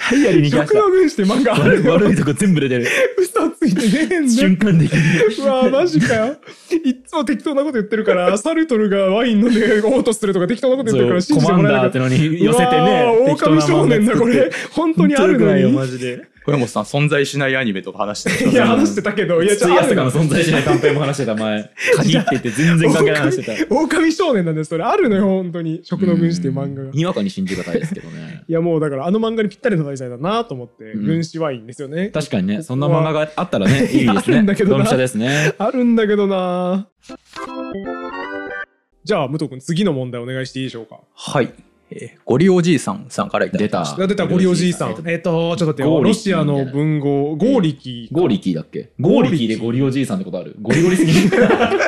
はい、やりに行きまし食の軍師って漫画た。ある悪いよ。悪いとこ全部出てる。嘘ついてねえんだ よ瞬間的に。うわマジかよ。いっつも適当なこと言ってるから、サルトルがワイン飲んでオートするとか適当なこと言ってるからそうコ信じてマもンらえなダーかっってた。のに寄せてね。うわー適当な狼少年だ、こ漫画作っれて。本当にあるのに。ジで。小山さん、存在しないアニメとか話してましたいや、話してたけど、いや、筒ちょ井っとあ康るのの存在しない短編も話してた前。鍵って言って全然関係ない話してた。狼狼少年なんです、それ。あるのよ、本当に。食の軍師っていう漫画が。にわかに信じがたいですけどね。いや、もうだから、あの漫画にぴったりの題材だなと思って、ん軍師ワインですよね。確かにね、そんな漫画があった らね、いいであするんねだけ。どなドンピシャですね。あるんだけどなじゃあ、武藤君、次の問題お願いしていいでしょうか。 はい。えーゴリおじいさんさんからいただ出。きました出た、ゴリおじいさん。えっと、ちょっと待ってよ、ゴーリロキシアの文豪、ゴーリキ。ゴーリキーだっけゴーリキーでゴリおじいさんってことあるゴリゴリすぎる。確かに。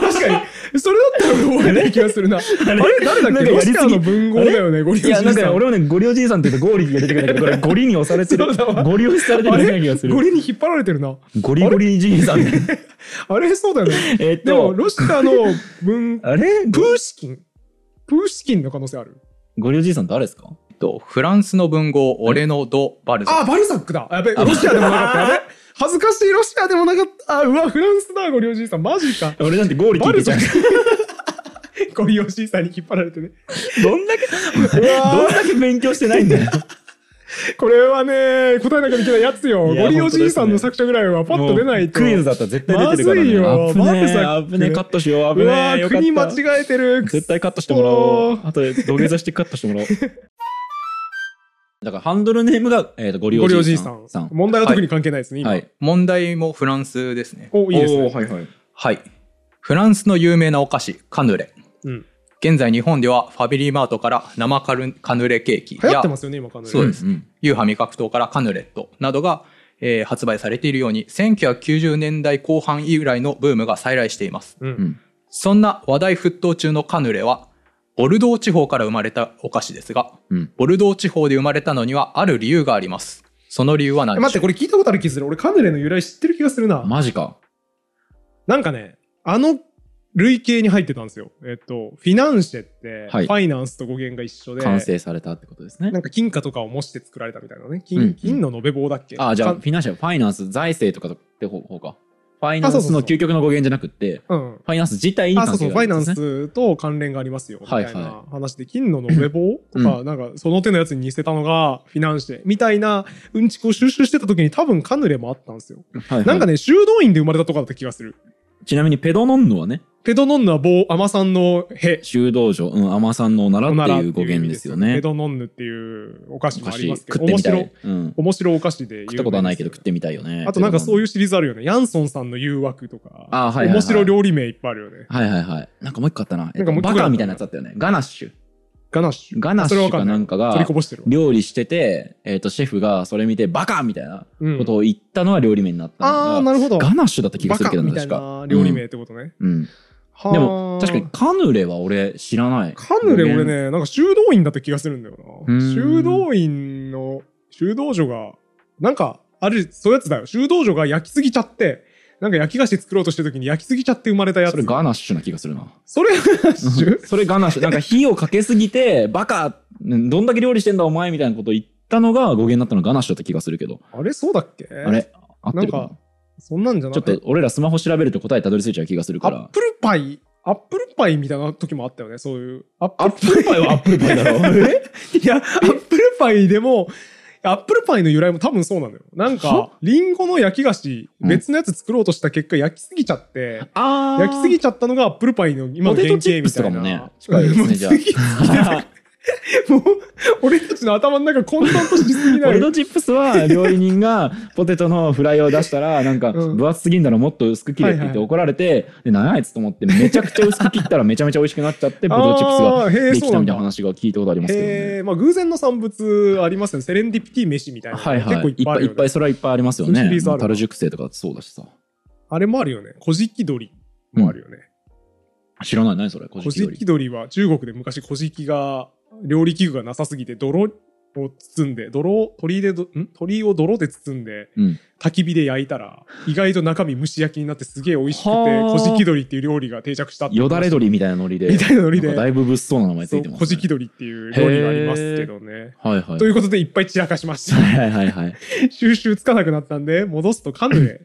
確かに。それだったら俺覚えない気がするな。あれ誰だなっんかけやロりすぎシアの文豪だよね、ゴリおいじいさや、ん。なんか俺もね、ゴリおじいさんって言うとゴーリキーが出てくるんだけど、これゴリに押されてるそうだわ。ゴリ押しされてあるような気れがするゴ。リに引っ張られてるな。ゴリゴリじいさん。あれそうだよね。えっでも、と、ロシアの 文、あれプーシキンプーシキンの可能性あるゴリおじいさん誰ですかえっとフランスの文豪、俺のド・バルザックあ、バルザックだ。やべ、ロシアでもなかった。やべ、 恥ずかしい、ロシアでもなかった。あ、うわ、フランスだ、ゴリおじいさん。マジか。俺なんてゴーリキーバルでちザゃうッ。ク。ゴリおじいさんに引っ張られてね。どんだけ、うどわんだけ勉強してないんだよ。ーこれはね、答えなきゃいけないやつよ。いやゴリおじいさん本の当作者ぐらいはパッと出ないと。もうクイズだったら絶対出てるからね。まずいよ危ねバルザッえ、ク危ねえ、カットしよう、危うわねえ。ーよかった国間違えてる。絶対カットしてもらおおう。あとで土下座してカットしてもらおう。 だからハンドルネームが、えー、とゴリゴリおおじじいいささんん。さん。問題は特に関係ないですね、今。はい。問題もフランスですね。お、いいですね。はいはい。はい。フランスの有名なお菓子、カヌレ。うん現在日本ではファミリーマートから生カルカヌレケーキ流行やってますよね、今、かなり。そううんですうん。ユーハ味覚糖からカヌレットなどが、えー発売されているように1990年代後半以来のブームが再来していますうんうんそんな話題沸騰中のカヌレはボルドー地方から生まれたお菓子ですがうんボルドー地方で生まれたのにはある理由がありますその理由は何えで待っ、してょうこれ聞いたことある気する。俺、カヌレの由来知ってる気がするな。マジかなんかね、あの類型に入ってたんですよ。えっと、フィナンシェって、はいファイナンスと語源が一緒で、完成されたってことですねなんか金貨とかを模して作られたみたいなね。金,、うん金の延べ棒だっけあじゃあかフィナンシャルファイナンス財政とかって方方かファイナンあそうそスうそうの究極の語源じゃなくってうん。ファイナンス自体にあ、そ関うそ係う、フがあるんァイでナンすねスと関連がありますよ、みたいはいなは話で、金の延べ棒とか、なんか、その手のやつに似せたのが、フィナンシェ、みたいな、うんちくを収集してた時に多分カヌレもあったんですよ。はいはいなんかね、修道院で生まれたとかだった気がする。ちなみにペドノンヌはねペドノンヌは棒、アマさんのへ、修道女うんアマさんのおならおならっていう語源ですよペねドノンヌっていうお菓子おも菓あ子りますけ食ど、って面みた白い、うん、面白お菓子で有名ですよね食ったことはないけど食ってみたいよねあとなんかそういううシリーズあるよね。ヤンソンさんの誘惑とか、あはいはいはい面白料理名いっぱいあるよね。はいはいはいなんかもう一個あったなえっなんかともう一個バカみたいなやつあったよねガナッシュガナッシュ。ガナッシそれュわかんないんか取りがこぼしてるわ。料理してて、えっとシェフがそれ見てバカみたいなうんことを言ったのは料理名になったのがああ、なるほど。ガナッシュだった気がするけどバねカみたい確かな料理名ってことね。うん、うんはーでも確かに。カヌレは俺知らないカヌレ俺ね、なんか修道院だった気がするんだような。ん修道院の修道女が、なんか、ある、そういうやつだよ。修道女が焼きすぎちゃって、なんか焼き菓子作ろうとした時に焼きすぎちゃって生まれたやつ。それガナッシュな気がするなそれガナッシ ュそれガナッシュなんか火をかけすぎてバカうんどんだけ料理してんだお前みたいなことを言ったのが語源になったのガナッシュだった気がするけどあれそうだっけあれ合ってるかななんかそんなんじゃなちょいっと俺らスマホ調べると答えたどり着いちゃう気がするアかッらプルパイ、アップルパイみたいな時もあったよね、そういう。アアッップルパイはアップルパイだ ろいや、アップルパイでも、アップルパイの由来も多分そうなのよ。なんかは、リンゴの焼き菓子、うん別のやつ作ろうとした結果焼きすぎちゃって、あー焼きすぎちゃったのがアップルパイの今のポテ原トチッ型プみスとたかいもねな。近いですねじゃあもう次もう、俺たちの頭の中混沌としすぎなポ い。テトチップスは料理人がポテトのフライを出したらなんかうん分厚すぎんだろもっと薄く切れって言ってはいはい怒られてで何やあいつと思ってめちゃくちゃ薄く切ったらめちゃめちゃ美味しくなっちゃってポテトチップスがあーへーできそうたなんみたいなだ話が聞いたことありますけどへね。え、まあ偶然の産物ありますよね。セレンディピティ飯みたいな。はいはい。結構いっぱいあるいよっねぱい、それはいっぱいありますよそういうシリねーズあ。るなタル熟成とかそうだしさ。あれもあるよね。古事記鳥もあるよね。知らない、何それ、古古事記事よ記り。鳥は中国で昔古事記が料理器具がなさすぎて泥を包んで泥を鳥でどん鳥を泥で包んでうん。焚き火で焼いたら意外と中身蒸し焼きになってすげえ美味しくてはあ古事記鳥っていう料理が定着したってよだれ鳥みたいなノリで。みたいなノリでなんかだいぶ物騒な名前つそういてます、ね。古事記鳥っていう料理がありますけどねはいはいと。いうことでいっぱい散らかしましはいはいはいはい。た収集つかなくなったんで戻すとカ ヌレ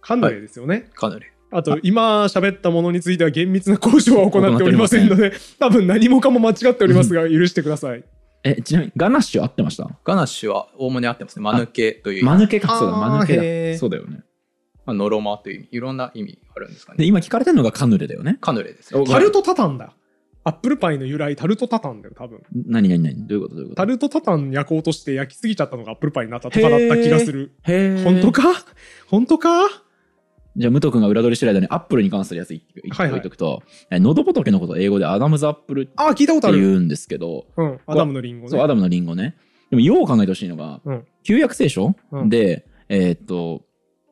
カヌレですよね、カヌレあと、今喋ったものについては厳密な交渉は行っておりませんので、多分何もかも間違っておりますが、許してください。え、ちなみに、ガナッシュ合ってましたガナッシュはおおむね合ってますね間抜けという間抜けかあーそうだ、間抜けへーだ。そうだよね。まあ、ノロマという意味いろんな意味あるんですかで、ね今聞かれてるのがカヌレだよね。カヌレですおタルトタタンだ。アップルパイの由来、タルトタタンだよ、多分。何何何どういうことどういうことタルトタタン焼こうとして焼きすぎちゃったのがアップルパイになったとかだった気がする。へー本当か本当かじゃあ、武藤君が裏取りしてる間にアップルに関するやつ言ってはいはおいいとくと、え喉仏のことを英語でアダムズアップルってあ、聞いたことあ言る。うんですけど、うん、アダムのリンゴそう、アね。ダムのリンゴね。でも、よう考えてほしいのが、うん旧約聖書、うんで、えーっと、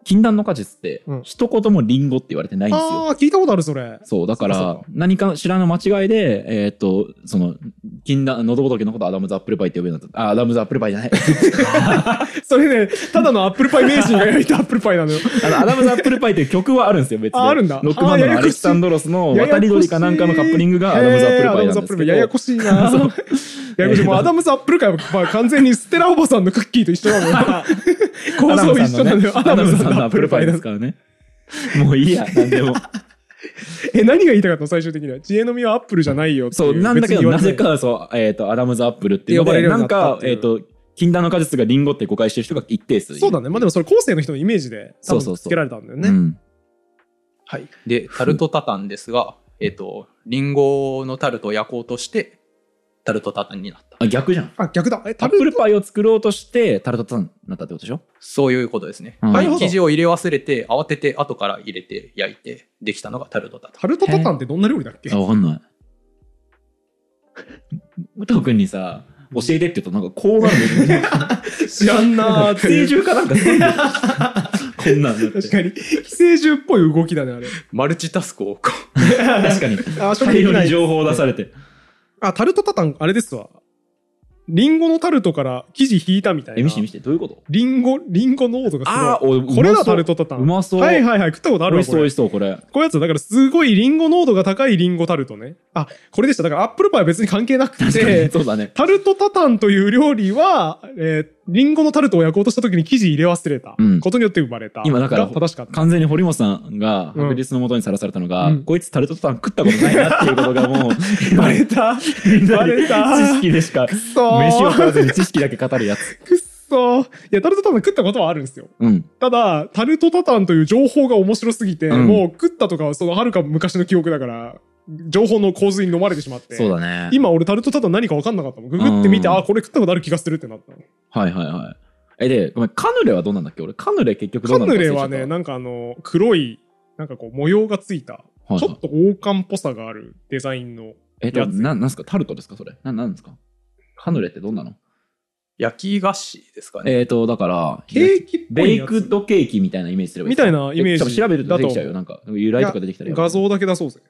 禁断の果実ってうん、一言もリンゴって言われてないんですよ。ああ、聞いたことある、それ。そう、だかそうからそう、何かしらの間違いで、えーっと、その、禁断、喉仏のことアダムズアップルパイって呼ぶようになった。あ、アダムズアップルパイじゃない。 それね、ただのアップルパイ名人が焼いたアップルパイな のよ。あの、アダムズアップルパイっていう曲はあるんですよ、別に。ああるんだロックバンドあーやのやアこしいレキサンドロスのややこしい渡り鳥かなんかのカップリングがアダムズアップルパイなんですけへーアダムズアップルパイややどこ。しいなそうややこしいもうアダムズアップルパイはまあ完全にステラおばさんのクッキーと一緒だもん 構アダ造ム一さんの緒なのねよ、アアダダムムささんんののアアッッププルルパパイイでなのすからね。もういいや、なんでも。え何が言いたかったの最終的には知恵の実はアップルじゃないよっていそう、なんだけ別にど、言わなれてぜか、そう、えっ、と、アダムズアップルってって呼ばれるようなになんったっか、ていえうっ、と、禁断の果実がリンゴって誤解してる人が一定数いる。そうだねまあでもそれ後世の人のイメージで多そう分そうそうつけられたんだようねん。はい、でタルトタタンですが、えっとリンゴのタルトを焼こうとしてタルトタタンになったあ、逆じゃん。あ逆だえアタップルルパイを作ろうとして、タルトタンになったってことでしょそういうことですね、うんはなるい、ほど生地を入れ忘れて慌てて後から入れて焼いてできたのがタルトタタンタルト タタンってどんな料理だっけあ、わかんない。武藤君にさ、教えてって言うと、なんかこうなるのよね。知らんなー寄って生いう。獣かなんかすんだよこんなんだって。確 かに。寄生獣っぽい動きだね、あれ。マルチタスクをこう確 かに。あ、処理大でき量なにい。情報を出されて。あ、タルトタタン、あれですわ。リンゴのタルトから生地引いたみたいえ、な見し。て見して、どういうことリンゴ、リンゴ濃度あがーおすごい。これうまそだ、うタルトタタン。うまそう。はいはいはい。食ったことあ美るわ、味しそこう、美れ。味しそう、これ。こういうやつだからすごいリンゴ濃度が高いリンゴタルトね。あ、これでした。だからアップルパイは別に関係なくて、 そうだね。タルトタタンという料理は、えーリンゴのタルトを焼こうとした時に生地入れ忘れたうんことによって生まれた。今だからが正しかった。完全に堀本さんが白日のもとにさらされたのが、うんこいつタルトタン食ったことないなっていうことがもう バ レたバレた知識でしかくそー飯を食わずに知識だけ語るやつくっそーいや、タルトタタン食ったことはあるんですよ。うんただ、タルトタタンという情報が面白すぎて、うんもう食ったとかはそのはるか昔の記憶だから、情報の洪水に飲まれてしまって。そうだね今俺タルトタタン何か分かんなかったもん。ググってみて、うんあ、これ食ったことある気がするってなったの。はいはいはいえでごめんカヌレはどうなんだっけ俺カヌレ結局どうカなのヌか忘れレちゃったはね、なんかあの、黒い、なんかこう模様がついた、はいちはいょっと王冠っぽさがあるデザインの。えっとやつななんすかタルトですかそれななんですかカヌレってどんなの焼き菓子ですかね。えっ、とだからケーキっぽいベやイつクドケーキみたいなイメージすればいいみたいなイメー多分ジ。調べると出てきちゃうよだなんか由来とか出てきたらやばい画像だけ出そうぜ。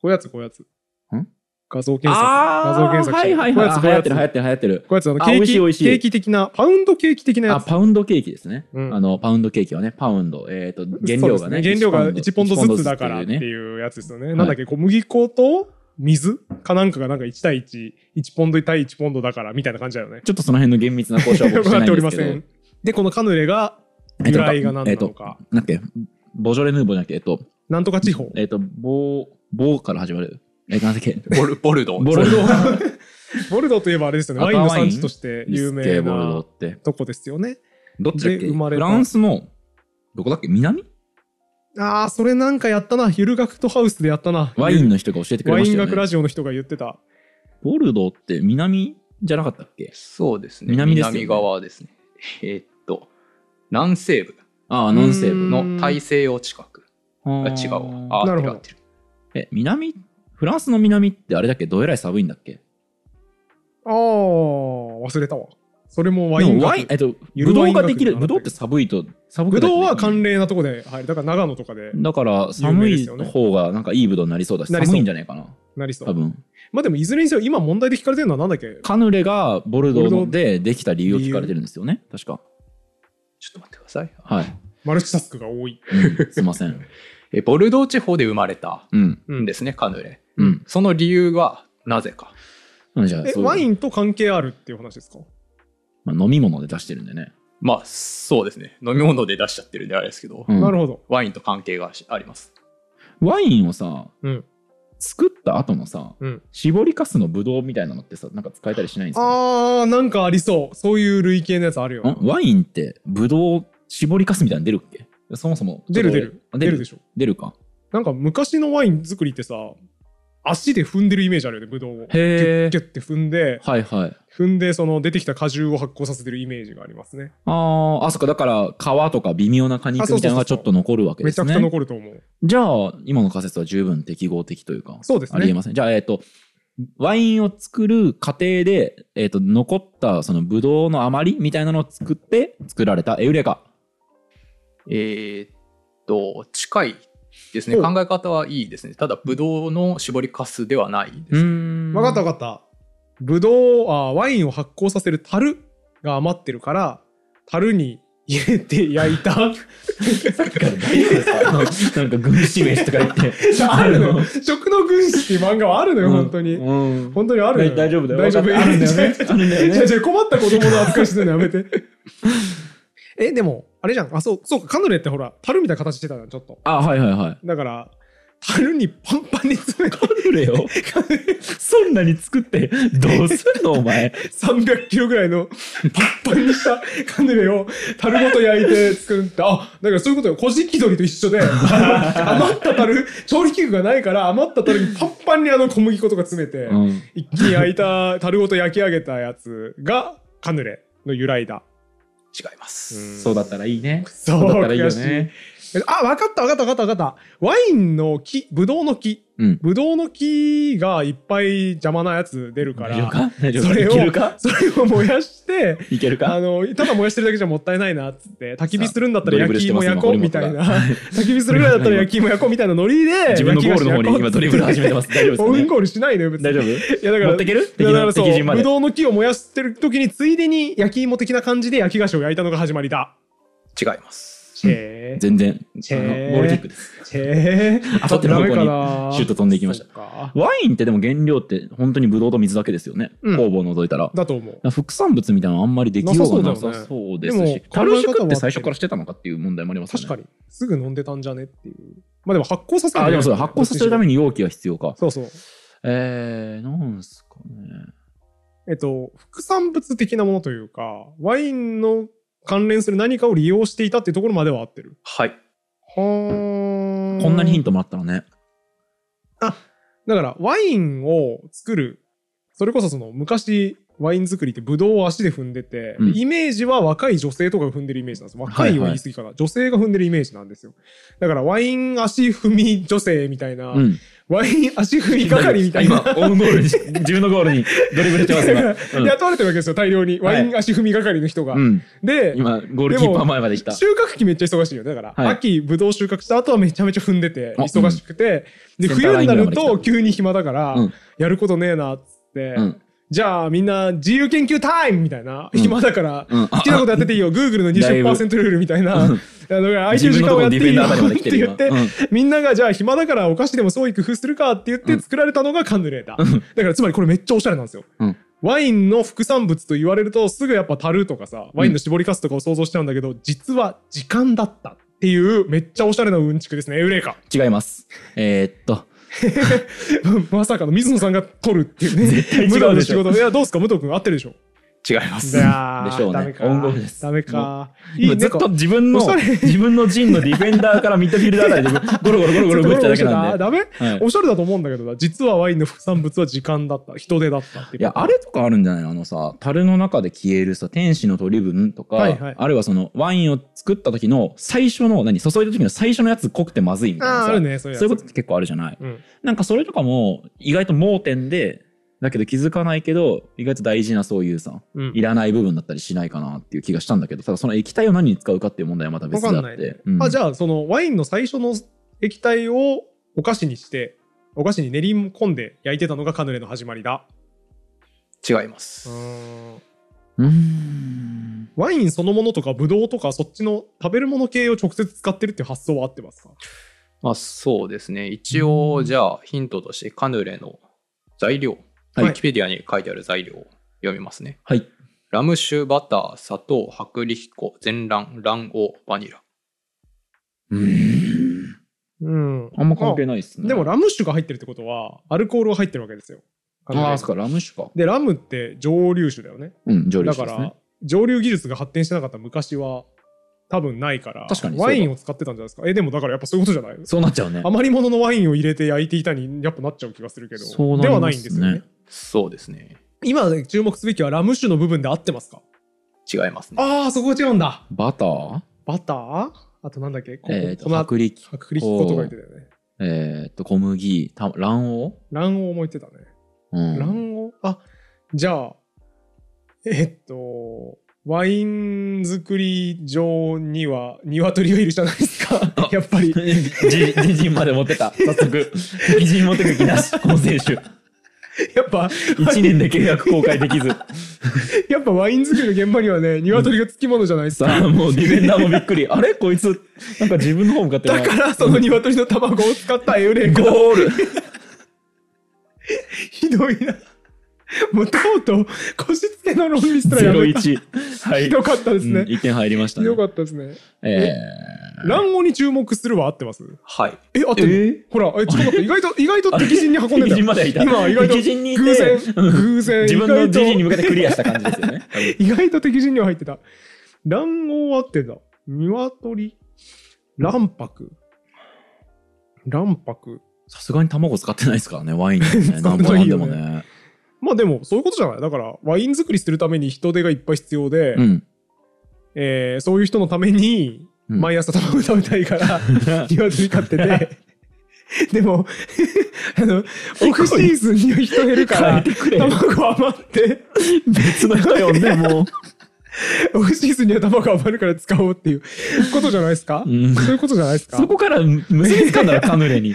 こういうやつ、こういうやつ。ん画像検索。あ画像検索ーしてはいこはういやつはい。流行ってる流行ってる流行ってる。こういうやつ、あの、あケー美味しいキ、美味しいケーキ的な、パウンドケーキ的なやあ、つ。パウンドケーキですね。うんあの、パウンドケーキはね、パウンド。えっ、と、原料そがうね。です原料が1ポンドずつだか1らっポンドずてつっていうねいうやつですよね。いなんだっけ、小麦粉と水かなんかがなんか1対1、1ポンド対1ポンドだからみたいな感じだ よね。ちょっとその辺の厳密な交渉はよ僕くしてなっないておんりでますけせど。ん。で、このカヌレが由来が何なえっとのか。なんだっけボジョレ・ヌーボーじゃなくて、えっと、なんとか地方。えっと、ボー、ボーから始まる。えっと、なんだっけボルボルドー。ボルドー。ボルドーといえばあれですよね。ワ赤インのワイン産地として 有ですっけ名ボルドーなって。とこですよね。どっちだっでけ生まれフたランスの、どこだっけ南ああ、それなんかやったな。ゆる学とハウスでやったな。ワインの人が教えてくれワまイしンたよ学ね。ラジオの人が言ってた。ボルドーって南じゃなかったっけ そうですね。南南ですよね側ですね。えーっと、南西部ああ、南西部の。うんの大西洋近く。あ違うわ。あなー、る違ほどってる。え、南、フランスの南ってあれだっけどえらい寒いんだっけああ、忘れたわ。それもワでインもワイン学。えっと、ゆブるドワイウン学ができる。ブドウって寒いと、寒ぶくなどういは寒冷なとこで、はい。だから長野とかでだから、寒い方がなんかいいブドウになりそうだし、なりそう寒いんじゃないかな。なりそ多う。分。まあでもいずれにせよ、今問題で聞かれてるのはなんだっけカヌレがボルドボルドーーでできた理由を聞かれてるんですよね。確か。ちょっと待ってください。はい。マルチタスクが多い。 うんすいません。えーボルドー地方で生まれたうん。うんんですね、カヌレ。うん。その理由はなぜか。なんじゃあ、え、そうワインと関係あるっていう話ですかまあ飲み物で出してるんでね。まあ、そうですね。飲み物で出しちゃってるんであれですけど、うんなるほど。ワインと関係があります。ワインをさうん、作った後のさうん、絞りかすのブドウみたいなのってさ、なんか使えたりしないんですかあー、なんかありそう。そういう類型のやつあるよ。んワインってブドウ絞りかすみたいなの出るっけそもそも。出る出るあ。出出るるででしょ。出るか。なんか昔のワイン作りってさ、足で踏んでるイメージあるよね、ブドウを。へギーュッて踏んで、はいはい。踏んで、その出てきた果汁を発酵させてるイメージがありますね。あーあ、そっか、だから皮とか微妙な果肉みたいなのがちょっと残るわけでめちすゃくね。ちゃ残ると思う。じゃあ、今の仮説は十分適合的というか、そうですありえね。ません。じゃあ、えっ、と、ワインを作る過程で、えっ、と、残ったそのブドウの余りみたいなのを作って作られたエウレカ。えーっと、近いですね。お考え方はいいですね。ただ、ブドウの絞りかすではないです。んわかったわかった。ブドウ、あーワインを発酵させる樽が余ってるから、樽に入れて焼いた。さっきから大丈夫ですか なんか軍師名とか言 って。あるのよ。 食の軍師っていう漫画はあるのよ、本当に。うん本当にあるのよ大丈夫だよ。大丈夫。わかったあるんだよね あるんだよじゃね。じゃ困った子供の扱いするのやめて。 え、でも、あれじゃん。あ、そう、そうか、カヌレってほら、樽みたいな形してたじゃん、ちょっと。あ、はいはいはい。だから、樽にパンパンに詰めて、カヌレ をそんなに作ってどうすんのお前。 300キロぐらいのパンパンにした カヌレを樽ごと焼いて作るって、あ、だからそういうことよ。古事記鳥と一緒で、 あの余った樽、調理器具がないから余った樽にパンパンにあの小麦粉とか詰めて、うん一気に焼いた、樽ごと焼き上げたやつがカヌレの由来だ。違います。そうだったらいいね。そうそうだったらいいよ悔しね。えあ、わかったわかったわかったわかった。ワインの木、ブドウの木。うんブドウの木がいっぱい邪魔なやつ出るか大丈夫ら、か大丈夫そかれいをけるかそれを燃やして、いけるあかの、ただ燃やしてるだけじゃもったいないなっつって、焚き火するんだったらドリブ焼ルきしてま芋す焼こう今みたいな、堀本が焚き火するぐらいだったら焼き芋焼こうみたいなノリで、。自分のゴールの方に今ドリブル始めてますす大丈オ夫ウでンすかゴールしないのよ、別に。大丈夫いやだから持っていけるいや敵だからのそ敵陣う、まぶでどうの木を燃やしてる時についでに焼き芋的な感じで焼き菓子を焼いたのが始まりだ。違います。チェー。全然チェあのーゴールキックですチェー。当たってる方向にダメかなシュート飛んでいきましたそうかワインってでも原料って本当にブドウと水だけですよね、うん酵母を除いたらだと思う。副産物みたいなのあんまりできようがななさそうだよねさそうですでしも樽考え方熟はって最初からしてたのかっていう問題もありますよね確かに。すぐ飲んでたんじゃねっていう。まあでも発酵させるあでもそうだ発酵させるために。に容器が必要かそうそう。えー、なんすかねえっと、副産物的なものというか、ワインの関連する何かを利用していたっていうところまでは合ってる。はい。はこんなにヒント。トもあったらねだから、ワインを作る。それこそその昔、ワイン作りってブドウを足で踏んでて、うんイメージは若い女性とかが踏んでるイメージなんですよ。若いは言い過ぎかな、女性が踏んでるイメージなんですよ。だから、ワイン足踏み女性みたいな、うんワイン足踏み係みたいな今。オウンゴ ールに自分のゴールにドリブルしてますだから今 雇われてるわけですよ、大量に。はいワイン足踏み係の人が。うん、うん、で、今ゴールキーパー前まで来た収穫期めっちゃ忙しいよね。だから、はい秋、ブドウ収穫した後はめちゃめちゃ踏んでて、あ忙しくて、うんセで、ンター冬ラインぐにならいるまで来たと急に暇だから、うんやることねえな、っつって、うんじゃあみんな自由研究タイムみたいな、うん暇だから、うん好きなことやってていいよ、Google のだいぶ20%ルールみたい な、あの空いて自る時分の間とこをやろデってィフェンいいよダーあたりまで来てるって言っ今うて、んみんながじゃあ暇だからお菓子でも創意工夫するかって言って作られたのがカンヌレーター、だからつまりこれめっちゃおしゃれなんですよ、うんワインの副産物と言われるとすぐやっぱ樽とかさワインの絞りかすとかを想像しちゃうんだけど、実は時間だったっていうめっちゃおしゃれなうんちくですねエウレカ違いますえー、っと まさかの水野さんが取るっていうね対違うでしょ無駄な仕事いやどうすか武藤君合ってるでしょ違います。やでしょうねダメかオウンゴールですダメかい今いずねっと自分のおしゃれ自分の陣のディフェンダーからミッドフィルダーあたりでゴロゴロゴロゴロ動いてただけなん でダメ、はいおしゃれだと思うんだけどな実はワインの副産物は時間だった人手だったっていういやあれとかあるんじゃないのあのさ樽の中で消えるさ天使の取り分とか、はいはいあるいはそのワインを作った時の最初の何注いだ時の最初のやつ濃くてまずいみたいなあーさあるねそういうやつそういうことって結構あるじゃないうんなんかそれとかも意外と盲点でだけど気づかないけど意外と大事なそういうさうんいらない部分だったりしないかなっていう気がしたんだけどただその液体を何に使うかっていう問題はまたわ別でかあんっないねて、うんあじゃあそのワインの最初の液体をお菓子にしてお菓子に練り込んで焼いてたのがカヌレの始まりだ違います。うーんワインそのものとかブドウとかそっちの食べるもの系を直接使ってるっていう発想は合ってますかまあそうですね。一応、じゃあヒントとしてカヌレの材料、はいウィキペディアに書いてある材料を読みますね。はいラム酒、バター、砂糖、薄力粉、全卵、卵黄、バニラ。うーんうんあんま関係ないっすねでもラム酒が入ってるってことはアルコールが入ってるわけですよカヌレああそっかラム酒かでラムって蒸留酒だよねうん蒸留だ酒かですらね蒸留技術が発展してなかった昔は多分ないから確かにそうだワインを使ってたんじゃないですかえでもだからやっぱそういうことじゃないそうなっちゃうね 余り物のワインを入れて焼いていたにやっぱなっちゃう気がするけどそうなりますでねはないんですよねそうですね。今注目すべきはラム酒の部分で合ってますか違いますね。ああそこ違うんだバターバターあとなんだっけこえー、と粉薄力薄力粉とか言ってたよねえー、と小麦た卵卵黄も言ってたね、黄、うん、卵黄あじゃあえっとワイン作り場には鶏がいるじゃないですかやっぱ りじじじんまで持って た早速敵陣持ってく気なしこの選手やっぱ1年で契約公開で きずやっぱワイン作りの現場にはね鶏がつきものじゃないですかさあもうディフェンダーもびっくりあれこいつなんか自分の方向かってだからその鶏の卵を使ったエウレカゴー ルひどいな。もうとうとう腰付けの論理すらやめた。 01はいひどかったですね。 1点入りましたひねどかったですね。え卵黄に注目するは合ってますはい。え、合ー、ってる、えほら、え、ちょっと待って、意外と、意外と敵陣に運んでた。 敵陣までいた今、意外と。敵陣にいて偶然、偶然。自分の意自陣に外と、向けてクリアした感じですよね意外と敵陣には入ってた。卵黄は合ってた。鶏、卵白。卵白。さすがに卵使ってないですからねワインなんてね 使なっんてぼななんいでよもねねまあでも、そういうことじゃないだから、ワイン作りするために人手がいっぱい必要で、うんえーそういう人のためにうん毎朝卵食べたい から、鶏飼ってて、 でも、 あの、オフシーズンには人減るから、変えてくれ卵余って、別の人呼んでもう。オフシーズンには卵余るから使おうっていうことじゃないですか、うんそういうことじゃないですかそこから結びつかんだらカヌレに。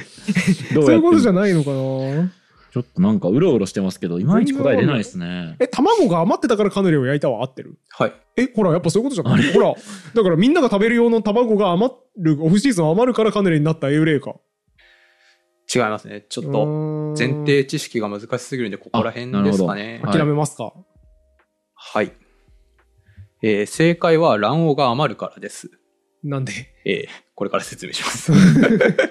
どう そやういってうことじゃもないのかなちょっとなんかうろうろしてますけど、いまいち答え出ないですね。え、卵が余ってたからカヌレを焼いたは合ってるはい。え、ほら、やっぱそういうことじゃないほら、だからみんなが食べる用の卵が余る、オフシーズン余るからカヌレになったエウレカ。違いますね。ちょっうとーん前提知識が難しすぎるんで、ここら辺ですかね。あなるほど諦めますか、はい。えー正解は卵黄が余るからです。なんでえーこれから説明します。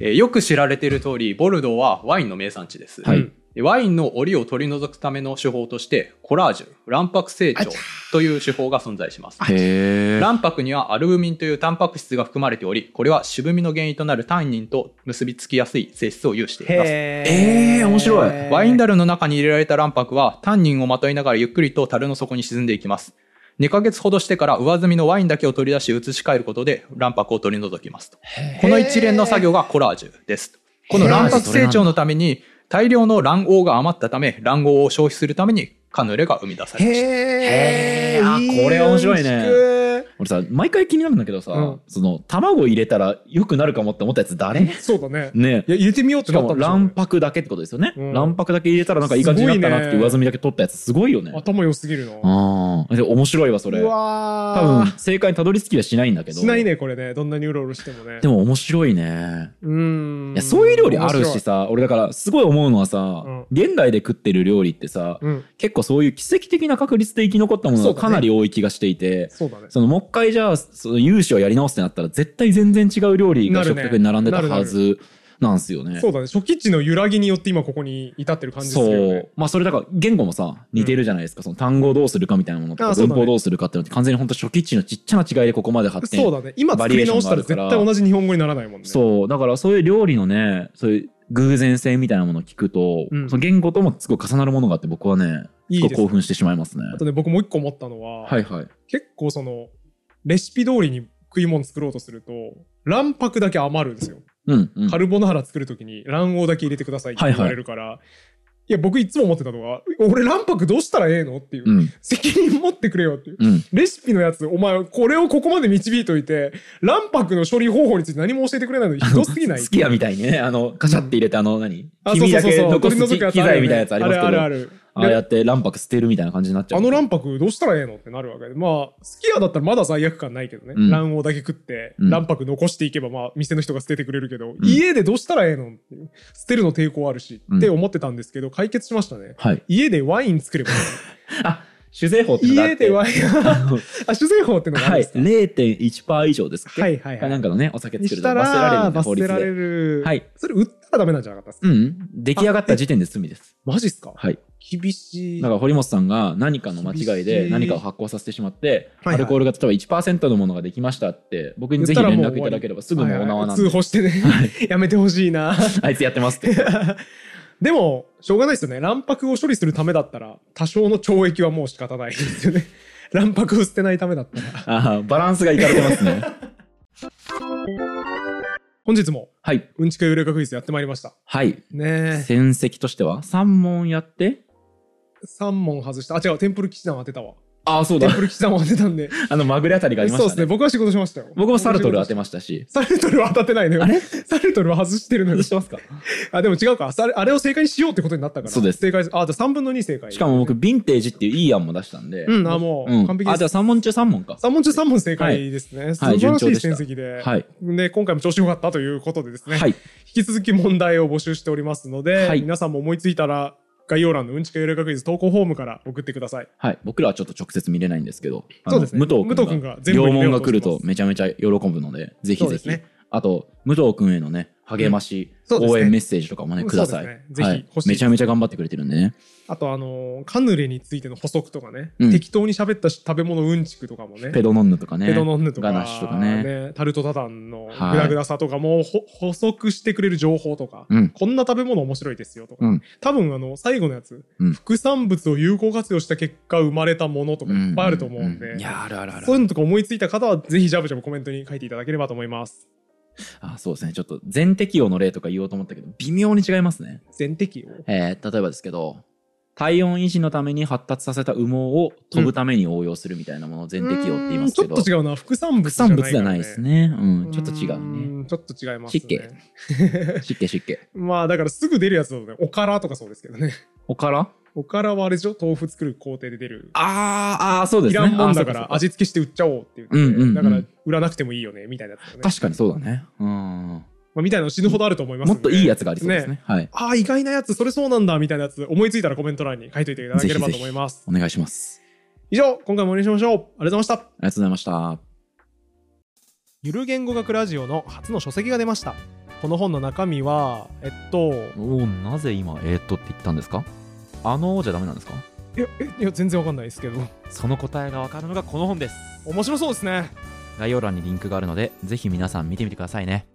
えーよく知られている通り、ボルドーはワインの名産地です。はい。でワインの檻を取り除くための手法として、コラージュ、卵白成長という手法が存在します。へー卵白にはアルブミンというタンパク質が含まれており、これは渋みの原因となるタンニンと結びつきやすい性質を有しています。えー面白いワインだ。ダルの中に入れられた卵白はタンニンをまといながらゆっくりと樽の底に沈んでいきます。2ヶ月ほどしてから上積みのワインだけを取り出し移し替えることで卵白を取り除きますと。この一連の作業がコラージュです。この卵白成長のために大量の卵黄が余ったため卵黄を消費するためにカヌレが生み出されました。へへーあこれ面白いねね。俺さ、毎回気になるんだけどさ、うんその、卵入れたら良くなるかもって思ったやつ誰ねそうだね。えいや、入れてみようってしなかっもたんでしょ卵白だけってことですよね。うん卵白だけ入れたらなんかいい感じになったなってすごいいうね上積みだけ取ったやつすごいよね。頭良すぎるな。ああ。で、面白いわ、それ。う多わー分、正解にたどり着きはしないんだけど。しないね、これね。どんなにうろうろしてもね。でも面白いね。うーん。いや、そういう料理あるしさ、俺だからすごい思うのはさ、うん現代で食ってる料理ってさ、面白い。うん。結構そういう奇跡的な確率で生き残ったものそうがだねかなり多い気がしていて、そうだね。そのもう一回じゃあその融資をやり直すってなったら絶対全然違う料理がなる食ね卓に並んでたなるなるはずなんですよね。そうだね。初期値の揺らぎによって今ここに至ってる感じするよそねう。。まあそれだから言語もさ、似てるじゃないですか。その単語をどうするかみたいなものとあか、そう文だね法をどうするかっていうのって完全に本当初期値のちっちゃな違いでここまで発展。そうだね。今バ作リエりーション直したらがある絶から対同じ日本語にならないもんね。う。そう。だからそういう料理のね、そういう偶然性みたいなものを聞くと、うんその言語ともすごい重なるものがあって僕はね、いいすごでいす興奮してしまいますね。あとね、僕もう一個思ったのは、はいはい。結構その、レシピ通りに食い物作ろうとすると、卵白だけ余るんですよ。うん、うん。カルボナーラ作るときに卵黄だけ入れてくださいってはいは言いわれるから、いや、僕いつも思ってたのが、俺卵白どうしたらええのっていう、うん、責任持ってくれよっていう。うん。レシピのやつ、お前、これをここまで導いといて、卵白の処理方法について何も教えてくれないのひどすぎない好き やみたいにね、あの、カシャって入れて、あの、何あ、黄そう身そうだそうけそう。残取り除すくやつ機あるよね材みたいなやつありますけあるあど、るある。ああやって卵白捨てるみたいな感じになっちゃう。あの卵白どうしたらええのってなるわけで、まあ、すき家だったらまだ罪悪感ないけどね、うん卵黄だけ食って、うん卵白残していけば、まあ、店の人が捨ててくれるけど、ん家でどうしたらええのっていう捨てるの抵抗あるし、うんって思ってたんですけど、解決しましたね。はい。家でワイン作ればいい。あ、酒税法ってのがあ家って で ワイン、あのあ、酒税法ってのがあるはんい、ですか、 0.1%以上ですっけはい、はいはいなんかのね、お酒に作るしとた罰せられるら、んで罰法せ律られで。る。はい。それ売ったらダメなんじゃなかったですか、うん。出来上がった時点で罪です。マジっすかはい。厳しい。だから堀本さんが何かの間違い厳しでい何かを発酵させてしまって、はいはいアルコールが例えば1%のものができましたって、僕にぜひ言ったら連もう絡いただければすぐもうお縄なんはいはいで通、報してね、 やめてほしいな。あいつやってますって。 でも、しょうがないですよね。卵白を処理するためだったら、多少の懲役はもう仕方ないですよね。 卵白を捨てないためだったら。あーバランスがいかれてますね。 本日も、はい。うんちくゆれかクイズやってまいりました。はい。ねえ。戦績としては3問やって、 3問外した。あ、違う、テンプル騎士団当てたわ。ああ、そうテン だ。プル騎士団を当てたんで。あの、まぐれあたりがありまそうしでたすね。ね。僕は仕事しましたよ。僕もサルトル当てましたし。サルトルは当たってないのよ。あれサルトルは外してるのよ。外してますかあ、でも違うか。サルあれを正解にしようってことになったから。そうです正解、あ、じゃあ3分の2正解。しかも僕、ヴィンテージっていういい案も出したんで。うん、あ、もううん完璧であ、すじゃあ。3問中3問か。 3問中3問正解ですね。素はい晴らし順い調でし戦た績で。はいで、今回も調子良かったということでですね。はい。引き続き問題を募集しておりますので、はい皆さんも思いついたら、概要欄のうんちかゆれかクイズ投稿フォームから送ってください。はい。僕らはちょっと直接見れないんですけど、あのそうですね武藤武藤君君がが、全部両に目門をが通来してまするとめちゃめちゃ喜ぶので、ぜひそうぜですひ。ねあと、武藤君へのね、励まし、そうですね応援メッセージとかもね、ください。そうですねぜひはい欲しいめちゃめちゃ頑張ってくれてるんでね。あとあのカヌレについての補足とかね、うん適当に喋ったし食べ物うんちくとかもねペドノンヌとかね。ペドノンヌとかガナッシュとかねタルトタタンのグはいダグダさとかも、ほ補足してくれる情報とか、うんこんな食べ物面白いですよとか、うん多分あの最後のやつ、うん副産物を有効活用した結果生まれたものとかいっぱいあると思うんで、いや、あるあるあるそう。いうのとか思いついた方はぜひジャブジャブコメントに書いていただければと思います。あそうですね。ちょっと全適用の例とか言おうと思ったけど、微妙に違いますね。全適用えー例えばですけど、体温維持のために発達させた羽毛を飛ぶために応用するみたいなものを全適用って言いますけど、うーんちょっと違うな副産物副じゃな産い物じから、ゃないですね。うん、ちょっと違うね。ねちょっと違います湿ね気湿気湿気。 まあだからすぐ出るやつだとねおからとかそうですけどねおからおからはあれでしょ豆腐作る工程で出るあーあー、そうでいすらね。んもんだかあーそうらそうそう味付けして売っちゃおうっていう、うんうんうんだから売らなくてもいいよねみたいなやつだよね、確かにそうだね。うん。もまあ、みたいなの死ぬほどあると思いますんでっといいやつがありそうですね。はい。ああ意外なやつそれそうなんだみたいなやつ思いついたらコメント欄に書いといていただければと思いますお願いします。以上今回もお願いしましょうありがとうございましたありがとうございました。ゆる言語学ラジオの初の書籍が出ましたこの本の中身はえっとおおなぜ今えー、っとって言ったんですかあのー、じゃダメなんですかいやえいや全然わかんないですけどその答えがわかるのがこの本です面白そうですね概要欄にリンクがあるのでぜひ皆さん見てみてくださいね